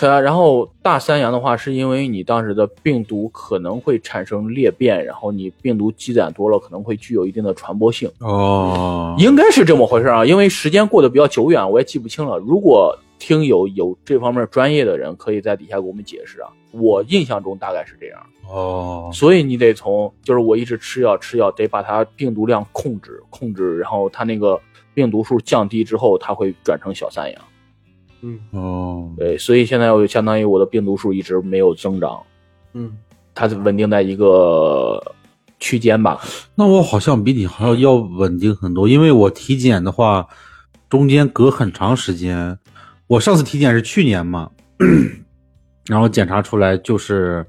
Speaker 1: 它然后大三阳的话，是因为你当时的病毒可能会产生裂变，然后你病毒积攒多了，可能会具有一定的传播性，
Speaker 2: 哦，
Speaker 1: 应该是这么回事啊。因为时间过得比较久远，我也记不清了。如果听友有这方面专业的人，可以在底下给我们解释啊。我印象中大概是这样，
Speaker 2: 哦，
Speaker 1: 所以你得从就是我一直吃药吃药，得把它病毒量控制控制，然后它那个病毒数降低之后，它会转成小三阳。
Speaker 3: 嗯
Speaker 2: 哦，
Speaker 1: 对，所以现在我就相当于我的病毒数一直没有增长，
Speaker 3: 嗯，
Speaker 1: 它是稳定在一个区间吧。
Speaker 2: 那我好像比你还要要稳定很多，因为我体检的话，中间隔很长时间。我上次体检是去年嘛， 然后检查出来就是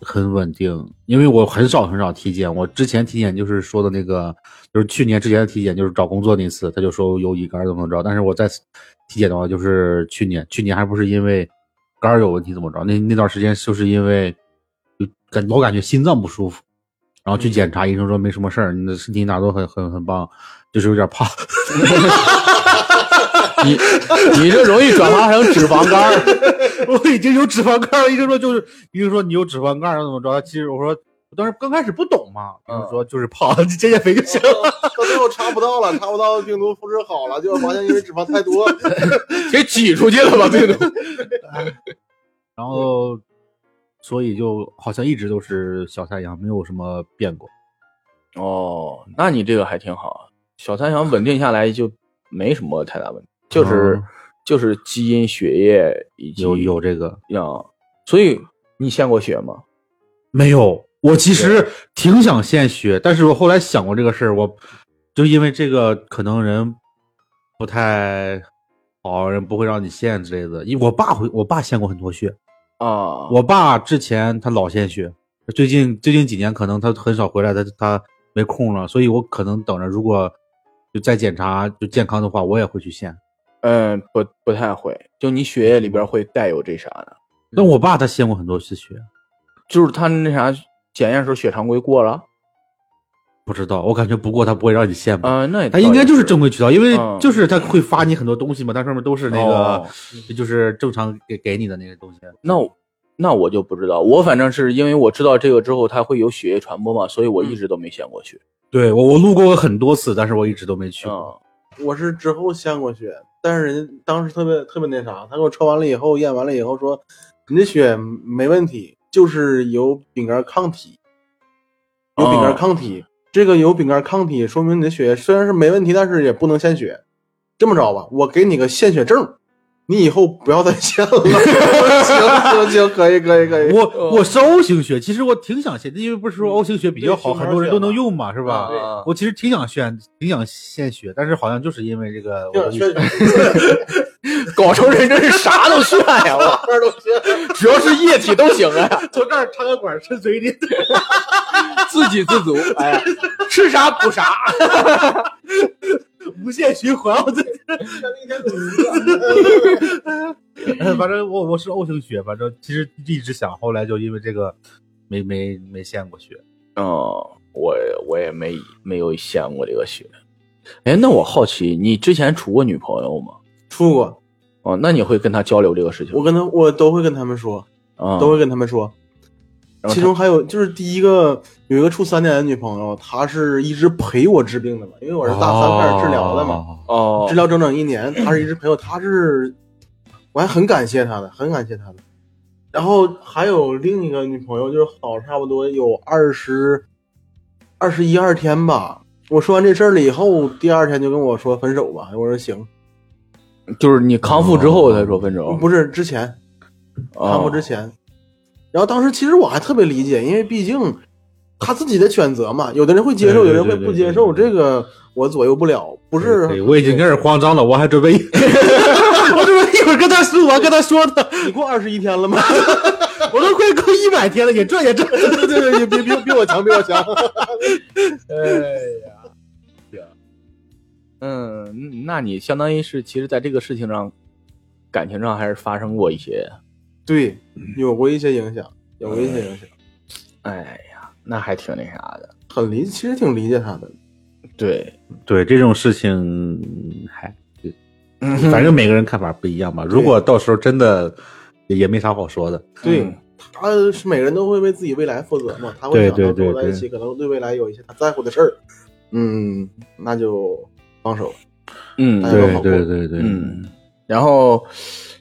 Speaker 2: 很稳定，因为我很少很少体检。我之前体检就是说的那个，就是去年之前的体检，就是找工作那次，他就说有乙肝怎么怎么着。但是我在体检的话，就是去年，去年还不是因为肝儿有问题怎么着，那那段时间就是因为就感老感觉心脏不舒服，然后去检查，医生说没什么事儿，你的身体哪都很很很棒，就是有点胖。
Speaker 1: 你你这容易转化成脂肪肝儿，
Speaker 2: 我已经有脂肪肝了，医生说就是，医生说你有脂肪肝，然后怎么着？其实我说，我当时刚开始不懂嘛，医
Speaker 1: 嗯
Speaker 2: 生说就是 胖，你减减肥就 行。
Speaker 3: 到最后查不到了，查不到病毒复制好了，就发现因为脂肪太多，
Speaker 1: 给挤出去了吧？这种。
Speaker 2: 然后，所以就好像一直都是小太阳，没有什么变过。
Speaker 1: 哦，那你这个还挺好，小三阳稳定下来就没什么太大问题，就是、
Speaker 2: 嗯
Speaker 1: 就是基因、血液以及
Speaker 2: 有有这个
Speaker 1: 啊，所以你献过血吗？
Speaker 2: 没有？我其实挺想献血，但是我后来想过这个事儿，我就因为这个可能人不太好，人不会让你献之类的。因为我爸会，我爸献过很多血。
Speaker 1: 啊，
Speaker 2: 我爸之前他老献血，最近最近几年可能他很少回来，他他没空了，所以我可能等着，如果就再检查就健康的话，我也会去献。
Speaker 1: 嗯，不不太会，就你血液里边会带有这啥的，
Speaker 2: 但我爸他献过很多次血，
Speaker 1: 就是他那啥检验时候血常规过了。
Speaker 2: 不知道，我感觉不过他不会让你献吧？
Speaker 1: 啊，那也
Speaker 2: 他哎应该就是
Speaker 1: 正
Speaker 2: 正规渠道，因为
Speaker 1: 嗯
Speaker 2: 就是他会发你很多东西嘛，它上面都是那个，
Speaker 1: 哦
Speaker 2: 就是正常给给你的那个东西。
Speaker 1: 那我那我就不知道，我反正是因为我知道这个之后，它会有血液传播嘛，所以我一直都没献过血。
Speaker 2: 对我我路过很多次，但是我一直都没去。
Speaker 1: 嗯，
Speaker 3: 我是之后献过血，但是人家当时特别特别那啥，他给我抽完了以后，验完了以后说，你这血没问题，就是有丙肝抗体，有丙
Speaker 2: 哦
Speaker 3: 肝抗体。这个有丙肝抗体，说明你的血液虽然是没问题，但是也不能献血。这么着吧，我给你个献血证，你以后不要再 献了。行行行，可以可以
Speaker 2: 哎
Speaker 3: 可以。
Speaker 2: 我我是 O 型血，其实我挺想献，因为不是说
Speaker 3: 嗯
Speaker 2: O 型血比较好，
Speaker 3: 对
Speaker 2: 很多人都能用嘛，是吧？
Speaker 3: 对
Speaker 1: 啊
Speaker 2: 我其实挺想献，挺想献血，但是好像就是因为这个，
Speaker 3: 这
Speaker 2: 我
Speaker 3: 样宣传，
Speaker 1: 搞成人真是啥都炫呀！我
Speaker 3: 这儿都宣，
Speaker 1: 只要是液体都行啊，
Speaker 2: 从这儿插个管伸嘴 里。
Speaker 1: 自给自足。哎呀， 吃啥补啥。
Speaker 2: 无限循环。我这， 反正我我是 O 型血，反正其实一直想，后来就因为这个没没没献过血。
Speaker 1: 嗯，我我也没没有献过这个血。哎，那我好奇，你之前处过女朋友吗？
Speaker 3: 出过，
Speaker 1: 哦，那你会跟他交流这个事情
Speaker 3: 我跟他我都会跟他们说，
Speaker 1: 啊？
Speaker 3: 都会跟他们说。
Speaker 1: 然后他
Speaker 3: 其中还有就是第一个有一个处三年的女朋友，她是一直陪我治病的嘛，因为我是大三开始治疗的嘛，
Speaker 1: 哦，
Speaker 2: 哦
Speaker 3: 治疗整整一年，她是一直陪我，她是我还很感谢她的，很感谢她的。然后还有另一个女朋友，就是好差不多有二十二十一二天吧。我说完这事儿了以后，第二天就跟我说分手吧。我说行，
Speaker 1: 就是你康复之后才说分手，
Speaker 3: 不是之前
Speaker 1: 哦
Speaker 3: 康复之前。然后当时其实我还特别理解，因为毕竟他自己的选择嘛，有的人会接受，
Speaker 2: 对对
Speaker 3: 有的人会
Speaker 2: 对
Speaker 3: 不
Speaker 2: 对
Speaker 3: 接
Speaker 2: 对
Speaker 3: 受，
Speaker 2: 对
Speaker 3: 这个我左右不了。不是
Speaker 2: 对，我已经开始慌张了，我还准备， 我准备一会儿跟他说，我还跟他说呢，
Speaker 3: 你过二十一天了吗？
Speaker 2: 我都快够一百天了，也这也这，
Speaker 3: 对对对，比比比我强，比我强。
Speaker 1: 嗯，那你相当于是其实在这个事情上，感情上还是发生过一些，
Speaker 3: 对，有过一些影响，有过一些影响，
Speaker 1: 哎呀，那还挺那啥的。
Speaker 3: 很理，其实挺理解他的。
Speaker 1: 对，
Speaker 2: 对这种事情，嗨，反正每个人看法不一样吧。如果到时候真的也也没啥好说的，
Speaker 3: 对，
Speaker 1: 嗯
Speaker 3: 他是每个人都会为自己未来负责嘛，他会
Speaker 2: 对
Speaker 3: 想到
Speaker 2: 对
Speaker 3: 跟我
Speaker 2: 对
Speaker 3: 在一
Speaker 2: 对
Speaker 3: 起，可能对未来有一些他在乎的事儿。嗯，那就放手。
Speaker 1: 嗯，
Speaker 3: 哎
Speaker 2: 对对对对，
Speaker 1: 嗯。然后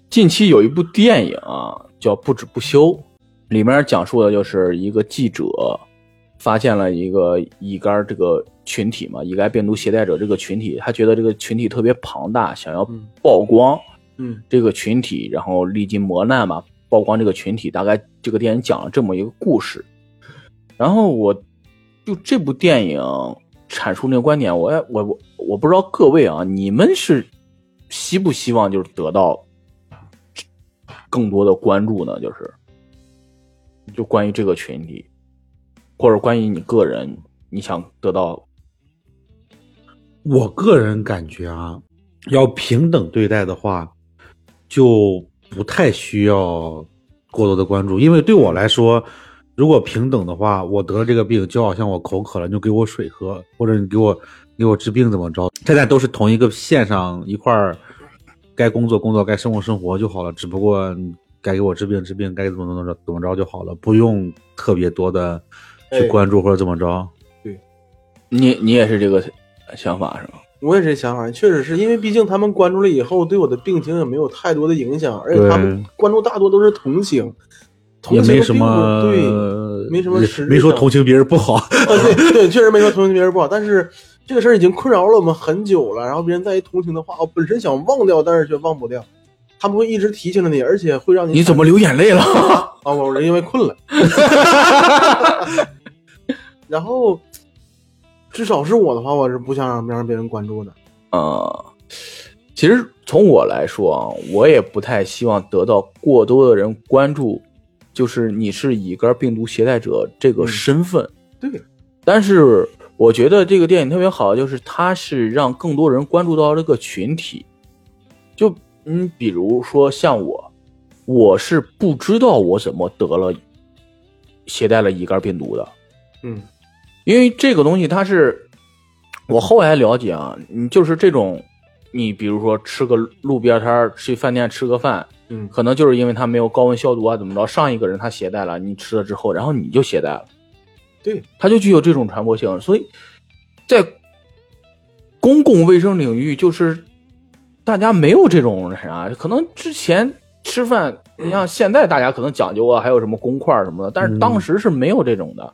Speaker 1: 近期有一部电影啊，叫《不止不休》，里面讲述的就是一个记者发现了一个乙肝这个群体嘛，乙肝病毒携带者这个群体，他觉得这个群体特别庞大，想要
Speaker 3: 嗯
Speaker 1: 曝光。
Speaker 3: 嗯
Speaker 1: 这个群体，然后历经磨难嘛，曝光这个群体。大概这个电影讲了这么一个故事，然后我就这部电影阐述那个观点，我也我我我不知道各位啊，你们是希不希望就是得到更多的关注呢？就是就关于这个群体，或者关于你个人，你想得到
Speaker 2: 我个人感觉啊，要平等对待的话，就不太需要过多的关注，因为对我来说，如果平等的话，我得了这个病，就好像我口渴了，你就给我水喝，或者你给我给我治病怎么着，现在都是同一个线上一块儿，该工作工作，该生活生活就好了，只不过你该给我治病治病，该怎么怎么着怎么着就好了，不用特别多的去
Speaker 3: 哎
Speaker 2: 关注或者怎么着。
Speaker 1: 你，你也是这个想法是吗？
Speaker 3: 我也是这想法，确实是因为毕竟他们关注了以后，对我的病情也没有太多的影响，而且
Speaker 2: 对
Speaker 3: 他们关注大多都是同情，同
Speaker 2: 也
Speaker 3: 情
Speaker 2: 没
Speaker 3: 并
Speaker 2: 什
Speaker 3: 不
Speaker 2: 么，
Speaker 3: 对，没什么实质
Speaker 2: 没说
Speaker 3: 上
Speaker 2: 同情别人不好。
Speaker 3: 啊对对，确实没说同情别人不好，但是这个事儿已经困扰了我们很久了。然后别人再一同情的话，我本身想忘掉，但是却忘不掉，他们会一直提醒着你，而且会让你
Speaker 1: 你怎么流眼泪了？
Speaker 3: 啊，我是因为困了。 然后，至少是我的话，我是不想让让别人关注的。
Speaker 1: 呃，其实从我来说啊，我也不太希望得到过多的人关注，就是你是乙肝病毒携带者这个
Speaker 3: 嗯
Speaker 1: 身份。
Speaker 3: 对，
Speaker 1: 但是我觉得这个电影特别好，就是它是让更多人关注到这个群体。就嗯，比如说像我，我是不知道我怎么得了携带了乙肝病毒的，
Speaker 3: 嗯
Speaker 1: 因为这个东西它是，我后来了解啊，你就是这种，你比如说吃个路边摊儿，去饭店吃个饭，
Speaker 3: 嗯
Speaker 1: 可能就是因为它没有高温消毒啊，怎么着，上一个人他携带了，你吃了之后，然后你就携带了，
Speaker 3: 对，
Speaker 1: 它就具有这种传播性，所以在公共卫生领域，就是大家没有这种啥，可能之前。吃饭，你像现在大家可能讲究啊，还有什么公筷儿什么的，但是当时是没有这种的。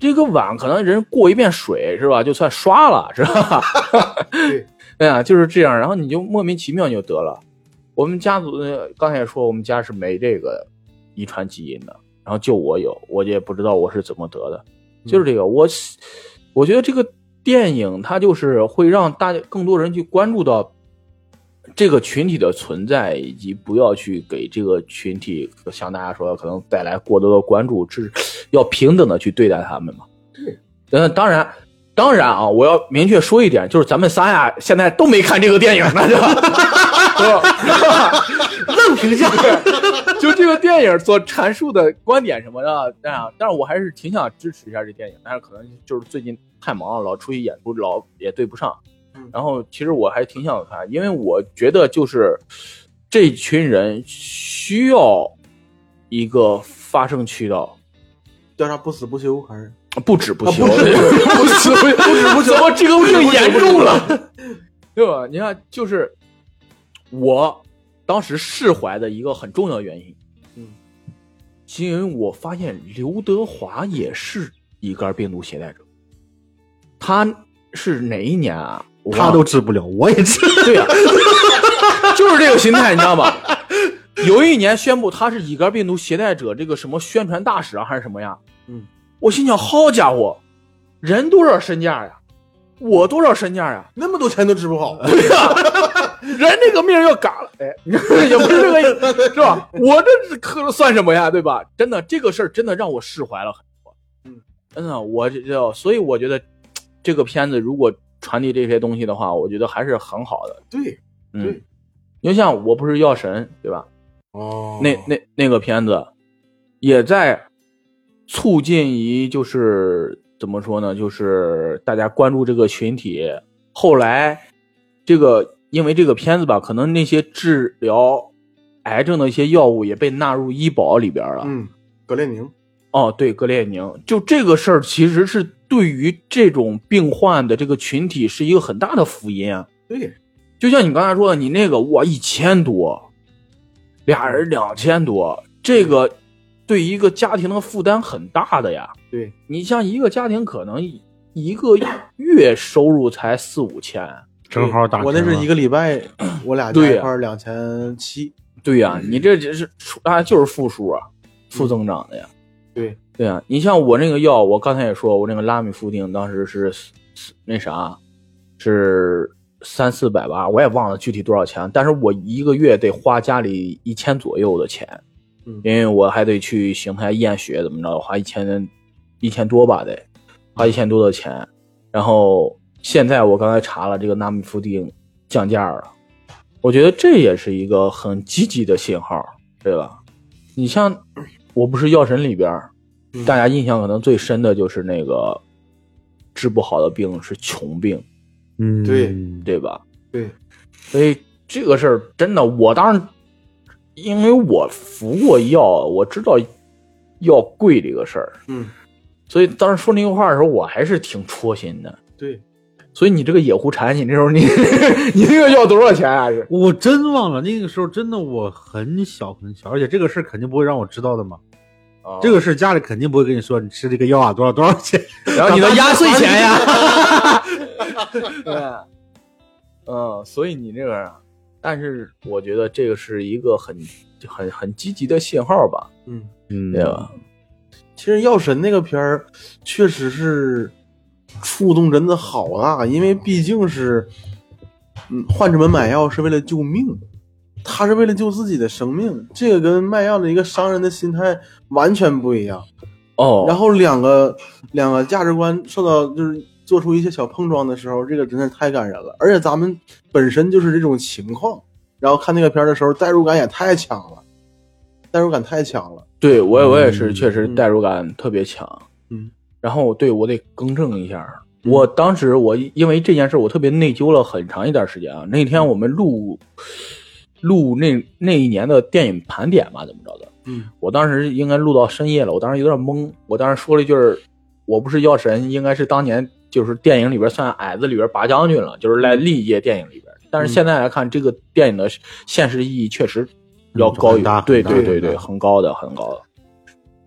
Speaker 1: 这个碗可能人过一遍水是吧，就算刷了是吧？
Speaker 3: 对，
Speaker 1: 哎呀，就是这样，然后你就莫名其妙你就得了。我们家族呃刚才也说我们家是没这个遗传基因的，然后就我有，我也不知道我是怎么得的，就是这个。我喜我觉得这个电影它就是会让大家更多人去关注到这个群体的存在，以及不要去给这个群体呃像大家说的可能带来过多的关注，这是要平等的去对待他们嘛。对，嗯，当然。当然啊，我要明确说一点，就是咱们仨呀，现在都没看这个电影呢，对吧？ 愣评价， 就这个电影所阐述的观点什么的，那样。但是我还是挺想支持一下这电影，但是可能就是最近太忙了，老出去演出，老也对不上
Speaker 3: 嗯。
Speaker 1: 然后其实我还挺想看，因为我觉得就是这群人需要一个发声渠道，
Speaker 3: 叫啥不死不休还是？
Speaker 1: 不止不休，
Speaker 3: 啊不止
Speaker 1: 不止不止不休，怎么这个病严重了？ 对吧？你看，就是我当时释怀的一个很重要的原因，
Speaker 3: 嗯，
Speaker 1: 是因为我发现刘德华也是乙肝病毒携带者，他是哪一年啊？我忘
Speaker 2: 他
Speaker 1: 了
Speaker 2: 都治不了，我 也治。
Speaker 1: 对呀、就是这个心态，你知道吧？有一年宣布他是乙肝病毒携带者，这个什么宣传大使啊，还是什么呀？
Speaker 3: 嗯，
Speaker 1: 我心想，好家伙，人多少身价呀？我多少身价呀？
Speaker 3: 那么多钱都治不好，
Speaker 1: 对呀、人这个命儿要嘎了，哎， 也不是这个，是吧？我这是可算什么呀，对吧？真的，这个事儿真的让我释怀了很多。
Speaker 3: 嗯，
Speaker 1: 真的，我这这，所以我觉得这个片子如果传递这些东西的话，我觉得还是很好的。
Speaker 3: 对，
Speaker 1: 嗯
Speaker 3: 对，
Speaker 1: 你就像我不是药神，对吧？
Speaker 3: 哦
Speaker 1: 那那那个片子也在促进于就是怎么说呢？就是大家关注这个群体。后来这个因为这个片子吧，可能那些治疗癌症的一些药物也被纳入医保里边了。
Speaker 3: 嗯，格列宁，
Speaker 1: 哦，对，格列宁，就这个事儿其实是对于这种病患的这个群体是一个很大的福音啊。
Speaker 3: 对，
Speaker 1: 就像你刚才说的，你那个哇一千多，俩人两千多，这个对一个家庭的负担很大的呀。
Speaker 3: 对，
Speaker 1: 你像一个家庭可能一一个月收入才四五千，
Speaker 2: 正好打
Speaker 3: 我那是
Speaker 1: 啊
Speaker 3: 一
Speaker 2: 个
Speaker 3: 个礼拜，我俩加
Speaker 1: 对呀
Speaker 3: 一块两千七，
Speaker 1: 对呀、你这只是啊就是负数啊，负增长的呀。
Speaker 3: 嗯对
Speaker 1: 对呀、你像我那个药，我刚才也说，我那个拉米夫定当时是四四那啥，是三四百吧，我也忘了具体多少钱，但是我一个月得花家里一千左右的钱，
Speaker 3: 嗯
Speaker 1: 因为我还得去邢台验血，怎么着，花一千一千多吧得，花一千多的钱，然后现在我刚才查了，这个纳米夫定降价了，我觉得这也是一个很积极的信号，对吧？你像《我不是药神》里边儿，
Speaker 3: 嗯
Speaker 1: 大家印象可能最深的就是那个治不好的病是穷病，
Speaker 2: 嗯，
Speaker 3: 对
Speaker 1: 对吧？
Speaker 3: 对，
Speaker 1: 所以这个事儿真的，我当然因为我服过药，啊我知道药贵这个事儿，
Speaker 3: 嗯，
Speaker 1: 所以当时说那句话的时候，我还是挺戳心的。
Speaker 3: 对，
Speaker 1: 所以你这个野狐禅，你那时候你 你那个要多少钱啊？是
Speaker 2: 我真忘了那个时候，真的我很小很小，而且这个事儿肯定不会让我知道的嘛。这个事儿家里肯定不会跟你说，你吃这个药啊多少多少钱，
Speaker 1: 然后你的压岁钱呀，对， 嗯，所以你这个啊，但是我觉得这个是一个很很很积极的信号吧，
Speaker 3: 嗯，
Speaker 2: 嗯
Speaker 1: 对吧？
Speaker 3: 其实《药神》那个片儿确实是触动真的好大，因为毕竟是，嗯，患者们买药是为了救命，他是为了救自己的生命，这个跟卖药的一个商人的心态完全不一样。
Speaker 1: 哦，
Speaker 3: 然后两个两个价值观受到就是做出一些小碰撞的时候，这个真的太感人了。而且咱们本身就是这种情况，然后看那个片儿的时候，代入感也太强了，代入感太强了。
Speaker 1: 对我也我也是，
Speaker 2: 嗯
Speaker 1: 确实代入感特别强。
Speaker 3: 嗯，
Speaker 1: 然后对我得更正一下，
Speaker 3: 嗯
Speaker 1: 我当时我因为这件事我特别内疚了很长一段时间啊。那天我们录录那那一年的电影盘点吧，怎么着的？
Speaker 3: 嗯，
Speaker 1: 我当时应该录到深夜了，我当时有点懵，我当时说了一句儿：“我不是药神，应该是当年就是电影里边算矮子里边拔将军了，就是
Speaker 2: 嗯
Speaker 1: 在历届电影里边。”但是现在来看，这个电影的现实意义确实要高于
Speaker 2: 嗯很大
Speaker 1: 对
Speaker 2: 很大
Speaker 1: 对对
Speaker 2: 很
Speaker 1: 对，
Speaker 2: 大
Speaker 1: 很高的，很高的。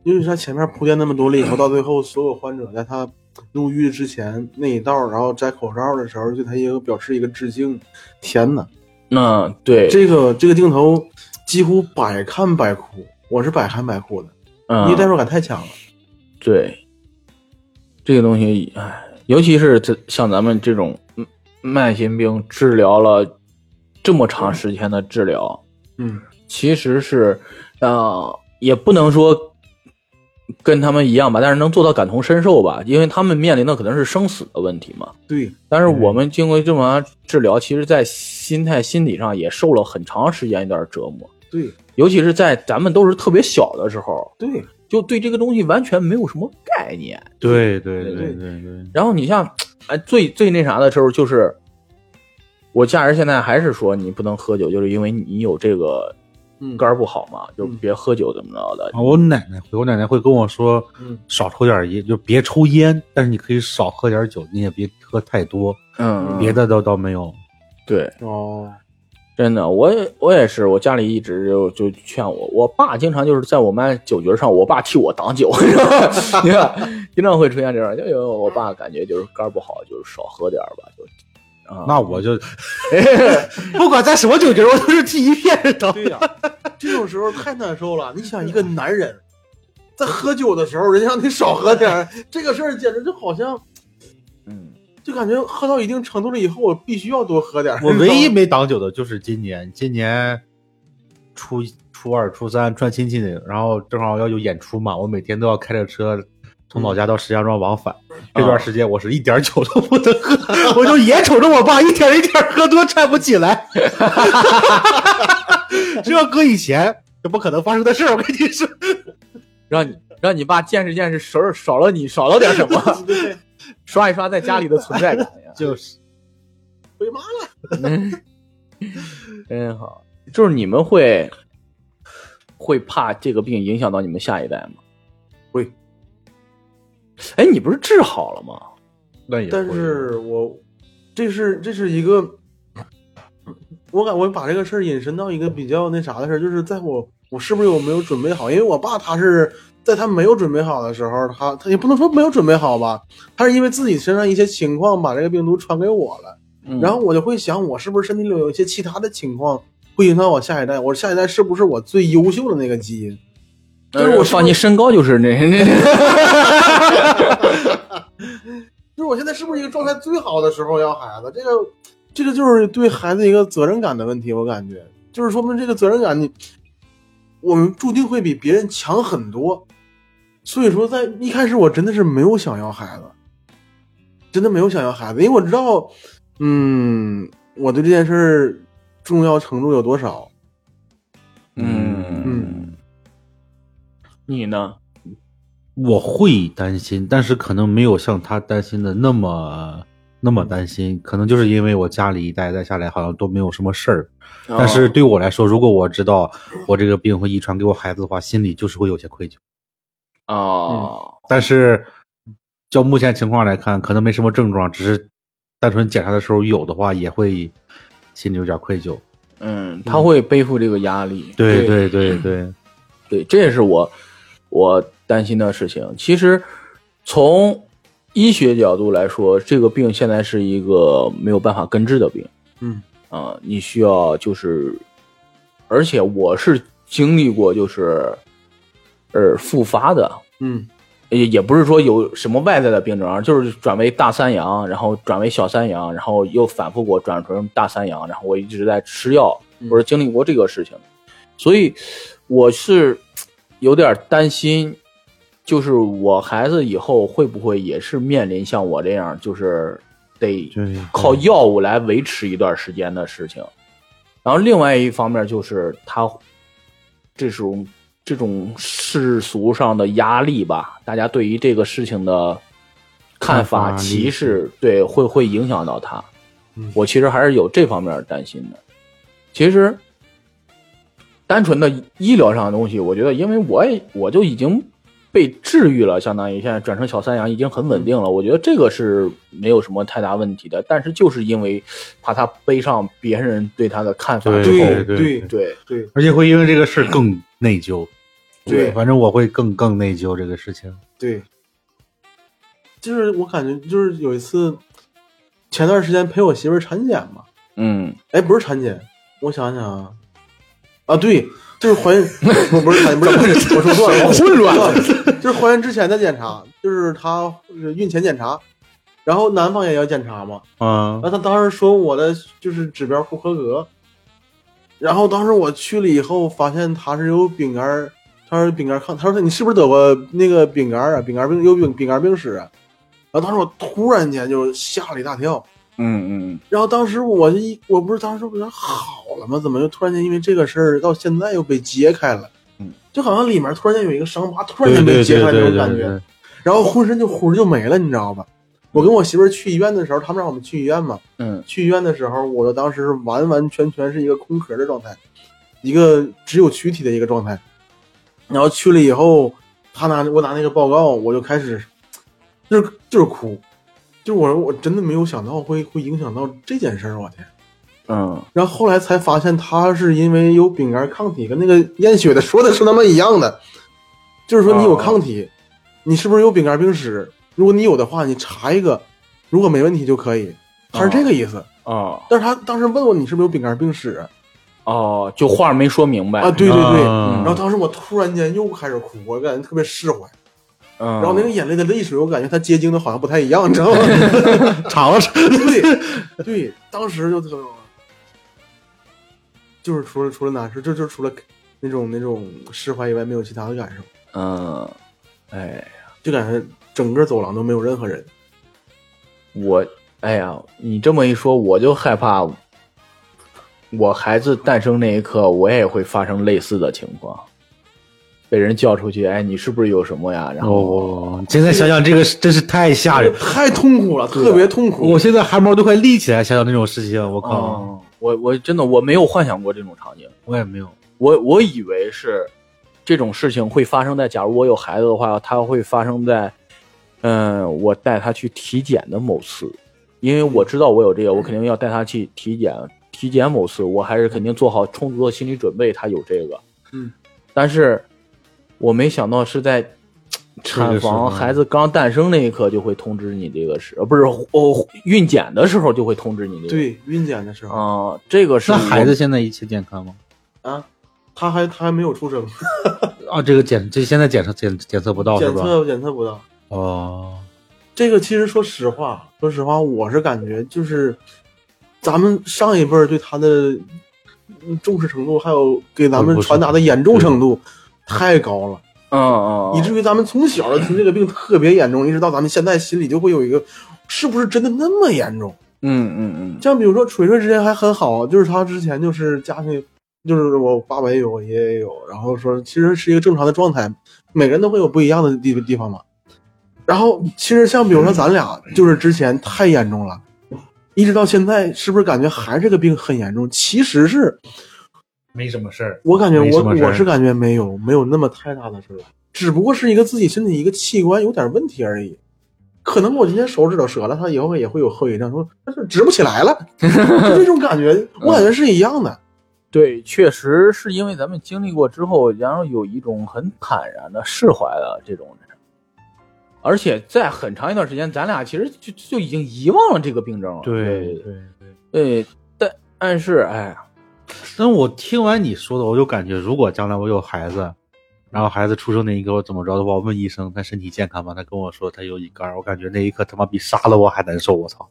Speaker 3: 因为他前面铺垫那么多了以后，到最后所有患者在他入狱之前那一道，然后摘口罩的时候，对他一个表示一个致敬。天哪，
Speaker 1: 那对，
Speaker 3: 这个这个镜头几乎百看百哭，我是百看百哭的，因为代
Speaker 1: 嗯，
Speaker 3: 入感太强了。
Speaker 1: 对，这个东西，唉，尤其是这像咱们这种嗯慢性病，治疗了这么
Speaker 2: 嗯
Speaker 1: 长时间的治疗，
Speaker 3: 嗯，
Speaker 1: 其实是，呃，也不能说跟他们一样吧，但是能做到感同身受吧，因为他们面临的可能是生死的问题嘛。
Speaker 3: 对，
Speaker 1: 但是我们经过这么长治疗，其实，在心态、心理上也受了很长时间一段折磨，
Speaker 3: 对，
Speaker 1: 尤其是在咱们都是特别小的时候，
Speaker 3: 对，
Speaker 1: 就对这个东西完全没有什么概念。
Speaker 2: 对对
Speaker 3: 对
Speaker 2: 对对，
Speaker 1: 然后你像，哎，最最那啥的时候，就是我家人现在还是说你不能喝酒，就是因为你有这个
Speaker 3: 嗯
Speaker 1: 肝儿不好嘛，就
Speaker 3: 嗯
Speaker 1: 别喝酒怎么着的。
Speaker 2: 啊，我奶奶会，我奶奶会跟我说，
Speaker 3: 嗯
Speaker 2: 少抽点烟，就别抽烟，但是你可以少喝点酒，你也别喝太多，
Speaker 1: 嗯，
Speaker 2: 别的倒倒没有。
Speaker 1: 对，
Speaker 3: 哦，
Speaker 1: 真的，我也我也是，我家里一直就就劝我，我爸经常就是在我们酒局上，我爸替我挡酒， 你看，经常会出现这样，就因为我爸感觉就是肝儿不好，就是少喝点儿吧，就啊，
Speaker 2: 那我就 不管在什么酒局，我都是替一片人倒。
Speaker 3: 对呀、这种时候太难受了。你想，一个男人在喝酒的时候，人家让你少喝点儿，这个事儿简直就好像，
Speaker 1: 嗯，
Speaker 3: 就感觉喝到一定程度了以后，我必须要多喝点儿。
Speaker 2: 我唯 一没挡酒的就是今年，今年初一、初二、初三串亲戚去，然后正好要有演出嘛，我每天都要开着车从老家到石家庄往返。这段时间我是一点酒都不能喝， 我就眼瞅着我爸一点一点喝多站不起来。 这要搁以前，这不可能发生的事儿，我跟你说。
Speaker 1: 让你让你爸见识见识少少了你少了点什么，
Speaker 3: 对，
Speaker 1: 刷一刷在家里的存在感呀，
Speaker 2: 就是
Speaker 3: 回妈 了。
Speaker 1: 真嗯好。就是你们会会怕这个病影响到你们下一代吗？
Speaker 4: 会。
Speaker 1: 哎，你不是治好了吗？
Speaker 2: 那也
Speaker 3: 但是我这是这是一个，我感我把这个事儿引申到一个比较那啥的事儿，就是在我我是不是有没有准备好？因为我爸他是在他没有准备好的时候，他他也不能说没有准备好吧，他是因为自己身上一些情况把这个病毒传给我了，
Speaker 1: 嗯
Speaker 3: 然后我就会想，我是不是身体里有一些其他的情况会影响我下一代？我下一代是不是我最优秀的那个基因？就是我是不是
Speaker 1: 放你身高就是那那，
Speaker 3: 就是我现在是不是一个状态最好的时候要孩子？这个，这个就是对孩子一个责任感的问题，我感觉就是说明这个责任感你，我们注定会比别人强很多。所以说，在一开始我真的是没有想要孩子，真的没有想要孩子，因为我知道，嗯，我对这件事儿重要程度有多少。嗯，
Speaker 1: 你呢？
Speaker 2: 我会担心，但是可能没有像他担心的那么那么担心，可能就是因为我家里一代一代下来好像都没有什么事儿。但是对我来说，如果我知道我这个病会遗传给我孩子的话，心里就是会有些愧疚。
Speaker 1: 哦，
Speaker 2: 但是就目前情况来看，可能没什么症状，只是单纯检查的时候有的话，也会心里有点愧疚。
Speaker 1: 嗯，他会背负这个压力。
Speaker 2: 对对对对，
Speaker 1: 对，这也是我我担心的事情。其实从医学角度来说，这个病现在是一个没有办法根治的病。
Speaker 3: 嗯，
Speaker 1: 啊、你需要就是，而且我是经历过就是，呃，复发的，
Speaker 3: 嗯
Speaker 1: 也也不是说有什么外在的病症啊，就是转为大三阳，然后转为小三阳，然后又反复过转成大三阳，然后我一直在吃药，我是经历过这个事情的，所以我是有点担心，就是我孩子以后会不会也是面临像我这样，就是得
Speaker 2: 就是
Speaker 1: 靠药物来维持一段时间的事情。然后另外一方面就是他这种这种世俗上的压力吧，大家对于这个事情的看
Speaker 2: 看
Speaker 1: 法、
Speaker 2: 法
Speaker 1: 歧视，对会会影响到他
Speaker 3: 嗯。
Speaker 1: 我其实还是有这方面担心的。其实，单纯的医疗上的东西，我觉得，因为我也我就已经被治愈了，相当于现在转成小三阳已经很稳定了，
Speaker 3: 嗯
Speaker 1: 我觉得这个是没有什么太大问题的。但是就是因为怕他背上别人对他的看法之后，
Speaker 2: 对
Speaker 3: 对
Speaker 2: 对
Speaker 1: 对
Speaker 3: 对
Speaker 2: 而且会因为这个事儿更内疚。
Speaker 3: 对
Speaker 2: 反正我会更更内疚这个事情。
Speaker 3: 对，就是我感觉就是有一次，前段时间陪我媳妇儿产检嘛，
Speaker 1: 嗯，
Speaker 3: 哎，不是产检，我想想啊，啊，对，就是还原，不不是产检，不是我说错了，我混乱啊了，就是还原之前的检查，就是她是孕前检查，然后男方也要检查嘛，
Speaker 2: 啊
Speaker 3: 然后他当时说我的就是指标不合格，然后当时我去了以后，发现他是有丙肝儿，他说丙肝抗，他说你是不是得过那个丙肝儿啊？丙肝病有丙丙肝病史啊？然后当时我突然间就吓了一大跳，
Speaker 1: 嗯嗯
Speaker 3: 然后当时我一我不是当时不是好了吗？怎么就突然间因为这个事儿到现在又被揭开了？
Speaker 1: 嗯，
Speaker 3: 就好像里面突然间有一个伤疤，突然
Speaker 2: 对
Speaker 3: 间被
Speaker 2: 对
Speaker 3: 揭
Speaker 2: 对
Speaker 3: 开那
Speaker 2: 对
Speaker 3: 种感觉，
Speaker 2: 对，
Speaker 3: 然后浑身就魂儿就没了，你知道吧？我跟我媳妇儿去医院的时候，他们让我们去医院嘛，
Speaker 1: 嗯，
Speaker 3: 去医院的时候，我的当时是完完全全是一个空壳的状态，一个只有躯体的一个状态。然后去了以后，他拿我拿那个报告，我就开始，就是就是哭，就是我我真的没有想到会会影响到这件事儿，我天！
Speaker 1: 嗯，
Speaker 3: 然后后来才发现，他是因为有丙肝抗体，跟那个验血的说的是他妈一样的，就是说你有抗体，你是不是有丙肝病史？如果你有的话，你查一个，如果没问题就可以。他是这个意思，
Speaker 1: 哦
Speaker 3: 但是他当时问我你是不是有丙肝病史
Speaker 2: 哎
Speaker 1: 哦，就话没说明白
Speaker 3: 啊？对对对。
Speaker 2: 啊
Speaker 3: 然后当时我突然间又开始哭，我感觉特别释怀。
Speaker 1: 嗯，
Speaker 3: 然后那个眼泪的泪水，我感觉它结晶的好像不太一样，你 知道吗？
Speaker 2: 尝了尝，
Speaker 3: 对对，当时就特别，就是除了除了难受，就就除了那种那种释怀以外，没有其他的感受，
Speaker 1: 嗯，哎，
Speaker 3: 就感觉整个走廊都没有任何人。
Speaker 1: 我，哎呀，你这么一说，我就害怕，我孩子诞生那一刻，我也会发生类似的情况，被人叫出去，哎，你是不是有什么呀？然后，
Speaker 2: 哦，现在想想这个是真是太吓人，哦
Speaker 3: 太痛苦了，特别痛苦。
Speaker 2: 我现在汗毛都快立起来，想想那种事情，我靠，
Speaker 1: 嗯，我我真的我没有幻想过这种场景，
Speaker 2: 我也没有。
Speaker 1: 我我以为是这种事情会发生在，假如我有孩子的话，它会发生在，嗯，我带他去体检的某次，因为我知道我有这个，我肯定要带他去体检，体检某次，我还是肯定做好充足的心理准备，他有这个，
Speaker 3: 嗯，
Speaker 1: 但是我没想到是在。产
Speaker 2: 这个时候
Speaker 1: 房孩子刚诞生那一刻就会通知你这个事，呃，不是哦，孕检的时候就会通知你这个。，
Speaker 3: 对孕检的时候，
Speaker 1: 啊、这个是
Speaker 2: 那
Speaker 1: 我
Speaker 2: 孩子现在一切健康吗？
Speaker 3: 他还他还没有出生，
Speaker 2: 啊，这个检这现在检测检检测不到哦是
Speaker 3: 检
Speaker 2: 吧？
Speaker 3: 测检测不到。
Speaker 2: 哦，
Speaker 3: 这个其实说实话，说实话，我是感觉就是，咱们上一辈儿对他的嗯重视程度，还有给咱们传达的严重程度太高了，
Speaker 1: 嗯嗯，
Speaker 3: 以至于咱们从小就听这个病特别严重，一直到咱们现在心里就会有一个，是不是真的那么严重？
Speaker 1: 嗯嗯嗯，
Speaker 3: 像比如说锤锤之前还很好，就是他之前就是家庭，就是我爸爸也有，我爷爷也有，然后说其实是一个正常的状态，每个人都会有不一样的地地方嘛。然后其实像比如说咱俩，就是之前太严重了，一直到现在，是不是感觉还这个病很严重？其实是
Speaker 2: 没什么事儿。
Speaker 3: 我感觉
Speaker 2: 没
Speaker 3: 我
Speaker 2: 什么事儿
Speaker 3: 我是感觉没有没有那么太大的事儿，只不过是一个自己身体一个器官有点问题而已。可能我今天手指头折了，它以后也会有后遗症，说它就直不起来 了，就这种感觉，我感觉是一样的。
Speaker 1: 对，确实是因为咱们经历过之后，然后有一种很坦然的释怀的这种人，而且在很长一段时间，咱俩其实就就已经遗忘了这个病症了。
Speaker 2: 对
Speaker 1: 对
Speaker 2: 对。
Speaker 1: 对，哎但但是哎呀，
Speaker 2: 但我听完你说的，我就感觉，如果将来我有孩子，然后孩子出生那一刻我怎么着的话，我问医生他身体健康吗？他跟我说他有乙肝，我感觉那一刻他妈比杀了我还难受，我操！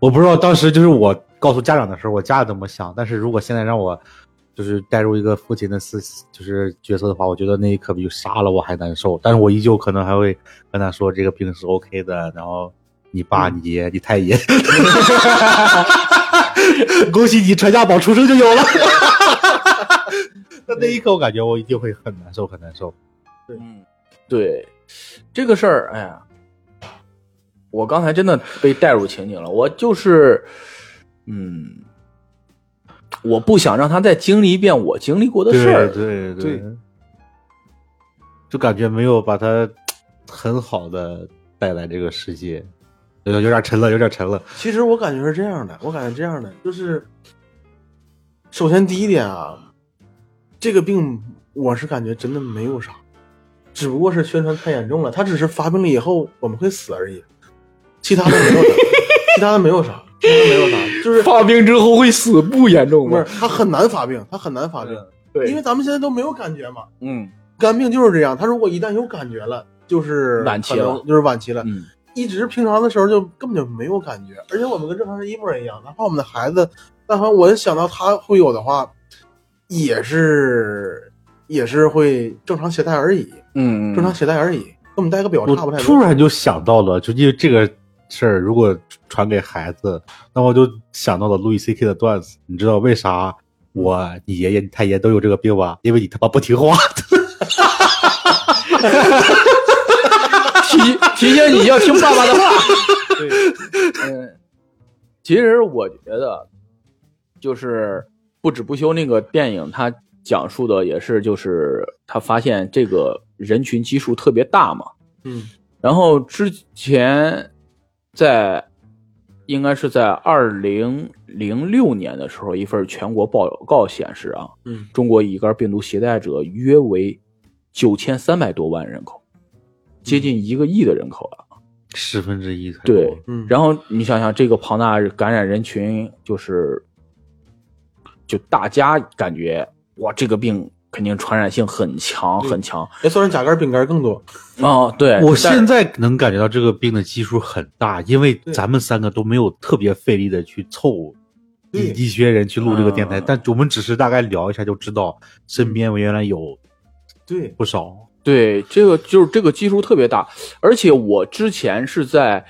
Speaker 2: 我不知道当时就是我告诉家长的时候，我家里怎么想，但是如果现在让我就是带入一个父亲的思就是角色的话，我觉得那一刻比杀了我还难受，但是我依旧可能还会跟他说这个病是 OK 的，然后你爸、你爷、你太爷， 恭喜你传家宝出生就有了。那那一刻，我感觉我一定会很难受，很难受。
Speaker 1: 嗯，对这个事儿，哎呀，我刚才真的被带入情景了。我就是，嗯，我不想让他再经历一遍我经历过的事儿。
Speaker 2: 对
Speaker 3: 对，
Speaker 2: 就感觉没有把它很好的带来这个世界，有有点沉了，有点沉了。
Speaker 3: 其实我感觉是这样的，我感觉这样的就是，首先第一点啊，这个病我是感觉真的没有啥，只不过是宣传太严重了，它只是发病了以后我们会死而已，其他的没 有啥，其他的没有啥，其他的没有啥， 就是
Speaker 1: 发病之后会死不严重
Speaker 3: 不是，它很难发病，它很难发病，
Speaker 1: 对，
Speaker 3: 因为咱们现在都没有感觉嘛。
Speaker 1: 嗯
Speaker 3: 肝病就是这样，它如果一旦有感觉了，就是
Speaker 1: 晚期
Speaker 3: 可能
Speaker 1: 了
Speaker 3: 就是晚期了。
Speaker 1: 嗯
Speaker 3: 一直平常的时候就根本就没有感觉，而且我们跟正常人一模一样。哪怕我们的孩子，但凡我想到他会有的话，也是也是会正常携带而已，
Speaker 1: 嗯，
Speaker 3: 正常携带而已，跟我们带个表
Speaker 2: 我
Speaker 3: 差不太
Speaker 2: 突
Speaker 3: 多。
Speaker 2: 然就想到了，就因为这个事儿，如果传给孩子，那我就想到了路易 C K 的段子。你知道为啥我、你爷爷、你太爷都有这个病吧？因为你他妈不听话。
Speaker 1: 提 提醒你要听爸爸的 话。嗯，其实我觉得，就是不止不休那个电影，它讲述的也是，就是他发现这个人群基数特别大嘛。
Speaker 3: 嗯，
Speaker 1: 然后之前在应该是在二零零六年的时候，一份全国报告显示啊，
Speaker 3: 嗯，
Speaker 1: 中国乙肝病毒携带者约为九千三百多万人口，接近一个亿的人口了。
Speaker 2: 十分之一才
Speaker 1: 对
Speaker 2: 多
Speaker 3: 嗯，
Speaker 1: 然后你想想，这个庞大感染人群，就是就大家感觉哇，这个病肯定传染性很强很强啊、
Speaker 3: 也算是甲肝丙肝更多。
Speaker 1: 哦！对，
Speaker 2: 我
Speaker 1: 但
Speaker 2: 现在能感觉到这个病的基数很大，因为咱们三个都没有特别费力的去凑
Speaker 3: 对
Speaker 2: 一一些人去录这个电台，
Speaker 1: 嗯
Speaker 2: 但我们只是大概聊一下就知道，身边我原来有
Speaker 3: 对，
Speaker 2: 不少。
Speaker 1: 对，这个就是这个基数特别大，而且我之前是在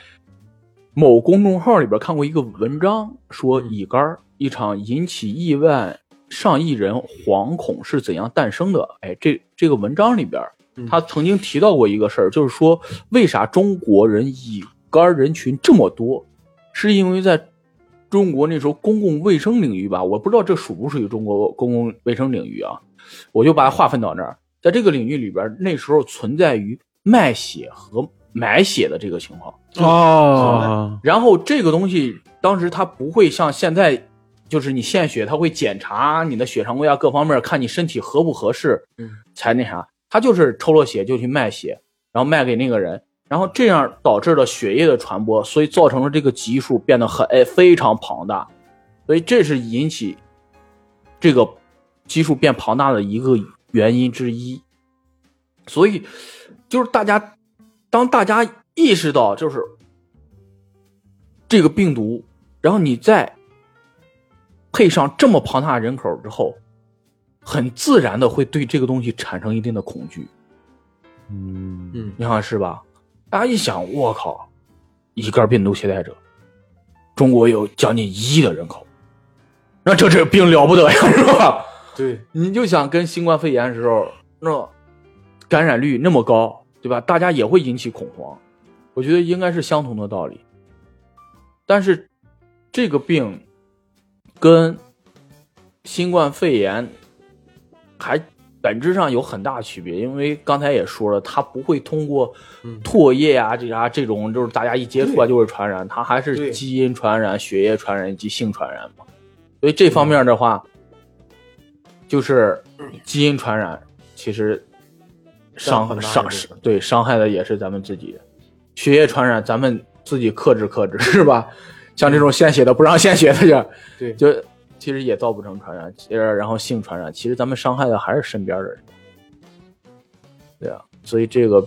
Speaker 1: 某公众号里边看过一个文章，说乙肝儿一场引起亿万上亿人惶恐是怎样诞生的。哎，这这个文章里边儿
Speaker 3: 嗯，
Speaker 1: 他曾经提到过一个事儿，就是说为啥中国人乙肝儿人群这么多，是因为在中国那时候公共卫生领域吧，我不知道这属不属于中国公共卫生领域啊，我就把它划分到那儿。在这个领域里边，那时候存在于卖血和买血的这个情况。
Speaker 2: 哦，
Speaker 1: 然后这个东西当时它不会像现在，就是你献血，它会检查你的血常规啊各方面，看你身体合不合适，
Speaker 3: 嗯，
Speaker 1: 才那啥。他就是抽了血就去卖血，然后卖给那个人，然后这样导致了血液的传播，所以造成了这个基数变得很哎非常庞大，所以这是引起这个基数变庞大的一个原因之一。所以就是大家当大家意识到就是这个病毒，然后你再配上这么庞大的人口之后，很自然的会对这个东西产生一定的恐惧，
Speaker 2: 嗯，
Speaker 3: 嗯，
Speaker 1: 你看是吧？大家一想，我靠，乙肝病毒携带者，中国有将近一亿的人口，那这这病了不得呀，是吧？
Speaker 3: 对，
Speaker 1: 你就想跟新冠肺炎时候那感染率那么高，对吧？大家也会引起恐慌，我觉得应该是相同的道理。但是这个病跟新冠肺炎还本质上有很大区别，因为刚才也说了，它不会通过
Speaker 3: 嗯
Speaker 1: 唾液啊、这啥这种，就是大家一接触啊就会传染，它还
Speaker 3: 对
Speaker 1: 是基因传染、血液传染以及性传染嘛。所以这方面的话，就是基因传染，其实
Speaker 3: 占很
Speaker 1: 伤
Speaker 3: 大一部
Speaker 1: 伤
Speaker 3: 分
Speaker 1: 对伤害的也是咱们自己，血液传染咱们自己克制克制是吧？像这种献血的不让献血的就
Speaker 3: 对
Speaker 1: 就其实也造不成传染，呃然后性传染，其实咱们伤害的还是身边的人，对啊，所以这个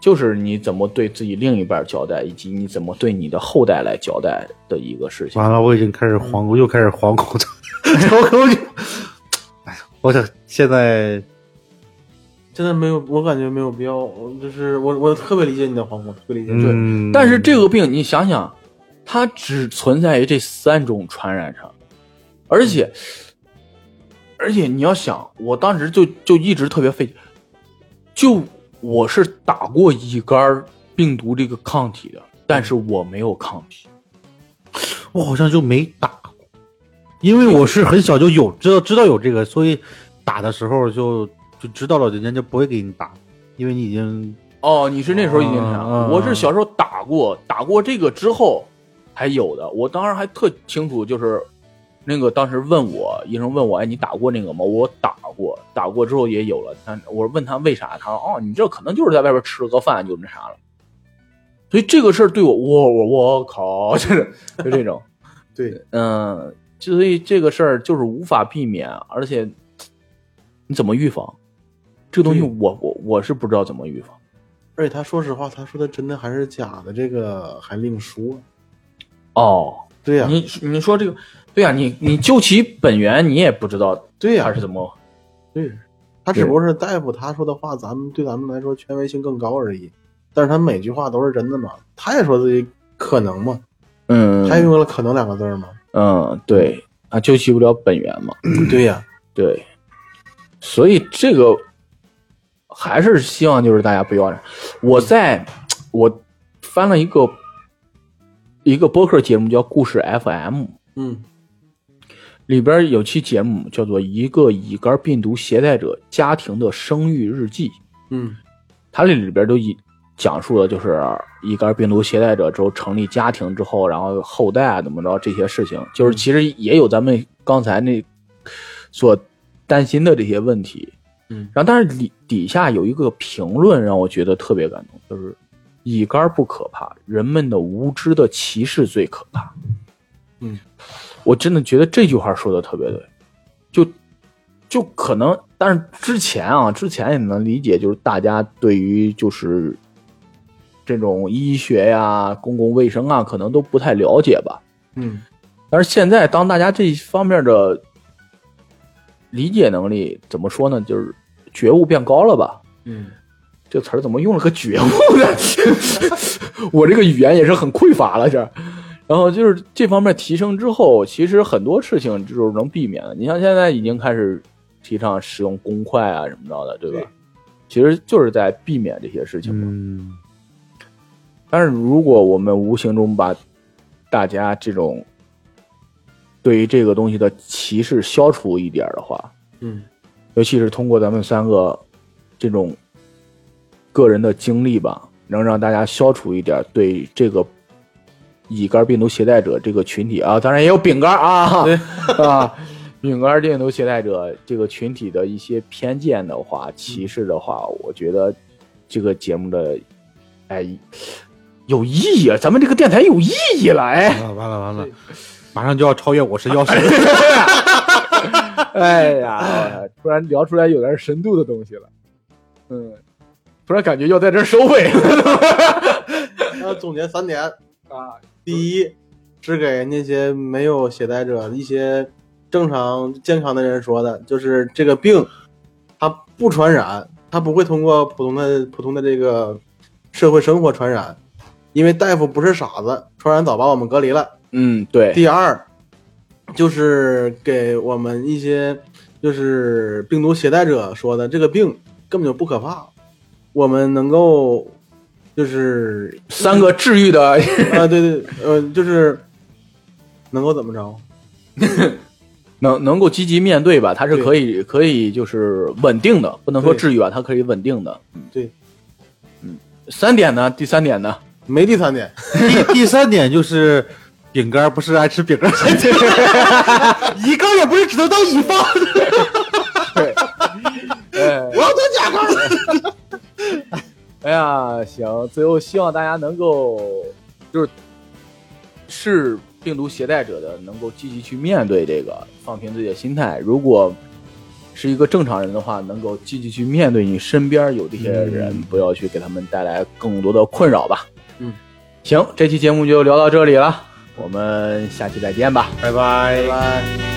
Speaker 1: 就是你怎么对自己另一半交代，以及你怎么对你的后代来交代的一个事情。
Speaker 2: 完了，我已经开始惶恐，又开始惶恐，惶恐就，哎呀， 我想现在
Speaker 3: 现在没有，我感觉没有必要。我就是我，我特别理解你的惶恐，特别理解。对，
Speaker 2: 嗯，
Speaker 1: 但是这个病，你想想，它只存在于这三种传染上，而且，而且你要想，我当时就就一直特别费解，就我是打过乙肝病毒这个抗体的，但是我没有抗体。
Speaker 2: 我好像就没打过，因为我是很小就有知道知道有这个，所以打的时候就就知道了，人家就不会给你打，因为你已经
Speaker 1: 哦，你是那时候已经那样，
Speaker 2: 啊
Speaker 1: 我是小时候打过，打过这个之后还有的。我当时还特清楚，就是那个当时问我医生问我，哎，你打过那个吗？我打过，打过之后也有了。但我问他为啥，他说哦，你这可能就是在外边吃了个饭就那啥了。所以这个事儿对我，我我我靠，就是就这种，
Speaker 3: 对，
Speaker 1: 嗯，所以这个事儿就是无法避免，而且你怎么预防？这个东西
Speaker 3: 对
Speaker 1: 我我我是不知道怎么预防。
Speaker 3: 而且他说实话，他说的真的还是假的，这个还另说。
Speaker 1: 哦，
Speaker 3: 对呀、
Speaker 1: 你你说这个，对呀、你你究其本源，你也不知道
Speaker 3: 对呀、
Speaker 1: 他是怎么，
Speaker 3: 对，他只不过是大夫他说的话，咱们对咱们来说权威性更高而已。但是他每句话都是真的嘛？他也说自己可能嘛？
Speaker 1: 嗯
Speaker 3: 他也用了“可能”两个字儿嘛？
Speaker 1: 嗯，对啊，究其不了本源嘛，
Speaker 3: 对呀、
Speaker 1: 对，所以这个还是希望就是大家不要。我在我翻了一个一个播客节目叫故事 FM，
Speaker 3: 嗯
Speaker 1: 里边有期节目叫做《一个乙肝病毒携带者家庭的生育日记》，
Speaker 3: 嗯
Speaker 1: 它这里边都一讲述的就是乙肝病毒携带者之后成立家庭之后，然后后代啊怎么着这些事情，
Speaker 3: 嗯
Speaker 1: 就是其实也有咱们刚才那所担心的这些问题。
Speaker 3: 嗯，
Speaker 1: 然后但是底底下有一个评论让我觉得特别感动，就是乙肝不可怕，人们的无知的歧视最可怕。
Speaker 3: 嗯，
Speaker 1: 我真的觉得这句话说的特别对，就就可能，但是之前啊，之前也能理解，就是大家对于就是这种医学呀、公共卫生啊，可能都不太了解吧。
Speaker 3: 嗯
Speaker 1: 但是现在，当大家这一方面的理解能力怎么说呢？就是觉悟变高了吧？
Speaker 3: 嗯
Speaker 1: 这个词儿怎么用了个觉悟呢？ 我这个语言也是很匮乏了，这。然后就是这方面提升之后，其实很多事情就是能避免的。你像现在已经开始提倡使用公筷啊什么着的，对吧？
Speaker 3: 对
Speaker 1: 其实就是在避免这些事情嘛。
Speaker 2: 嗯，
Speaker 1: 但是如果我们无形中把大家这种对于这个东西的歧视消除一点儿的话，
Speaker 3: 嗯
Speaker 1: 尤其是通过咱们三个这种个人的经历吧，能让大家消除一点对这个乙肝病毒携带者这个群体啊，当然也有丙肝啊啊，丙肝病毒携带者这个群体的一些偏见的话、歧视的话，我觉得这个节目的哎有意义啊，咱们这个电台有意义了哎。
Speaker 2: 完了完了完了，马上就要超越我是妖神。
Speaker 1: 哎呀，突然聊出来有点深度的东西了，嗯，突然感觉要在这儿收尾了
Speaker 3: 那总结三点，
Speaker 1: 啊。
Speaker 3: 第一，只给那些没有携带者、一些正常健康的人说的，就是这个病它不传染，它不会通过普通的普通的这个社会生活传染，因为大夫不是傻子，传染早把我们隔离了。
Speaker 1: 嗯，对，
Speaker 3: 第二，就是给我们一些就是病毒携带者说的，这个病根本就不可怕，我们能够就是
Speaker 1: 三个治愈的，
Speaker 3: 啊，对对，呃，就是能够怎么着？
Speaker 1: 能能够积极面对吧？它是
Speaker 3: 对
Speaker 1: 可以可以就是稳定的，不能说
Speaker 3: 对
Speaker 1: 治愈啊，它可以稳定的。嗯
Speaker 3: 对，
Speaker 1: 嗯，三点呢？第三点呢？
Speaker 3: 没第三点，
Speaker 2: 第第三点就是饼干不是爱吃饼干， 乙肝也不是只能当乙方。
Speaker 1: 我要当甲方。 哎呀，行，最后希望大家能够就是是病毒携带者的，能够积极去面对这个，放平自己的心态。如果是一个正常人的话，能够积极去面对你身边有这些人，不要去给他们带来更多的困扰吧。
Speaker 3: 嗯，
Speaker 1: 行，这期节目就聊到这里了，我们下期再见吧。
Speaker 3: 拜拜。拜拜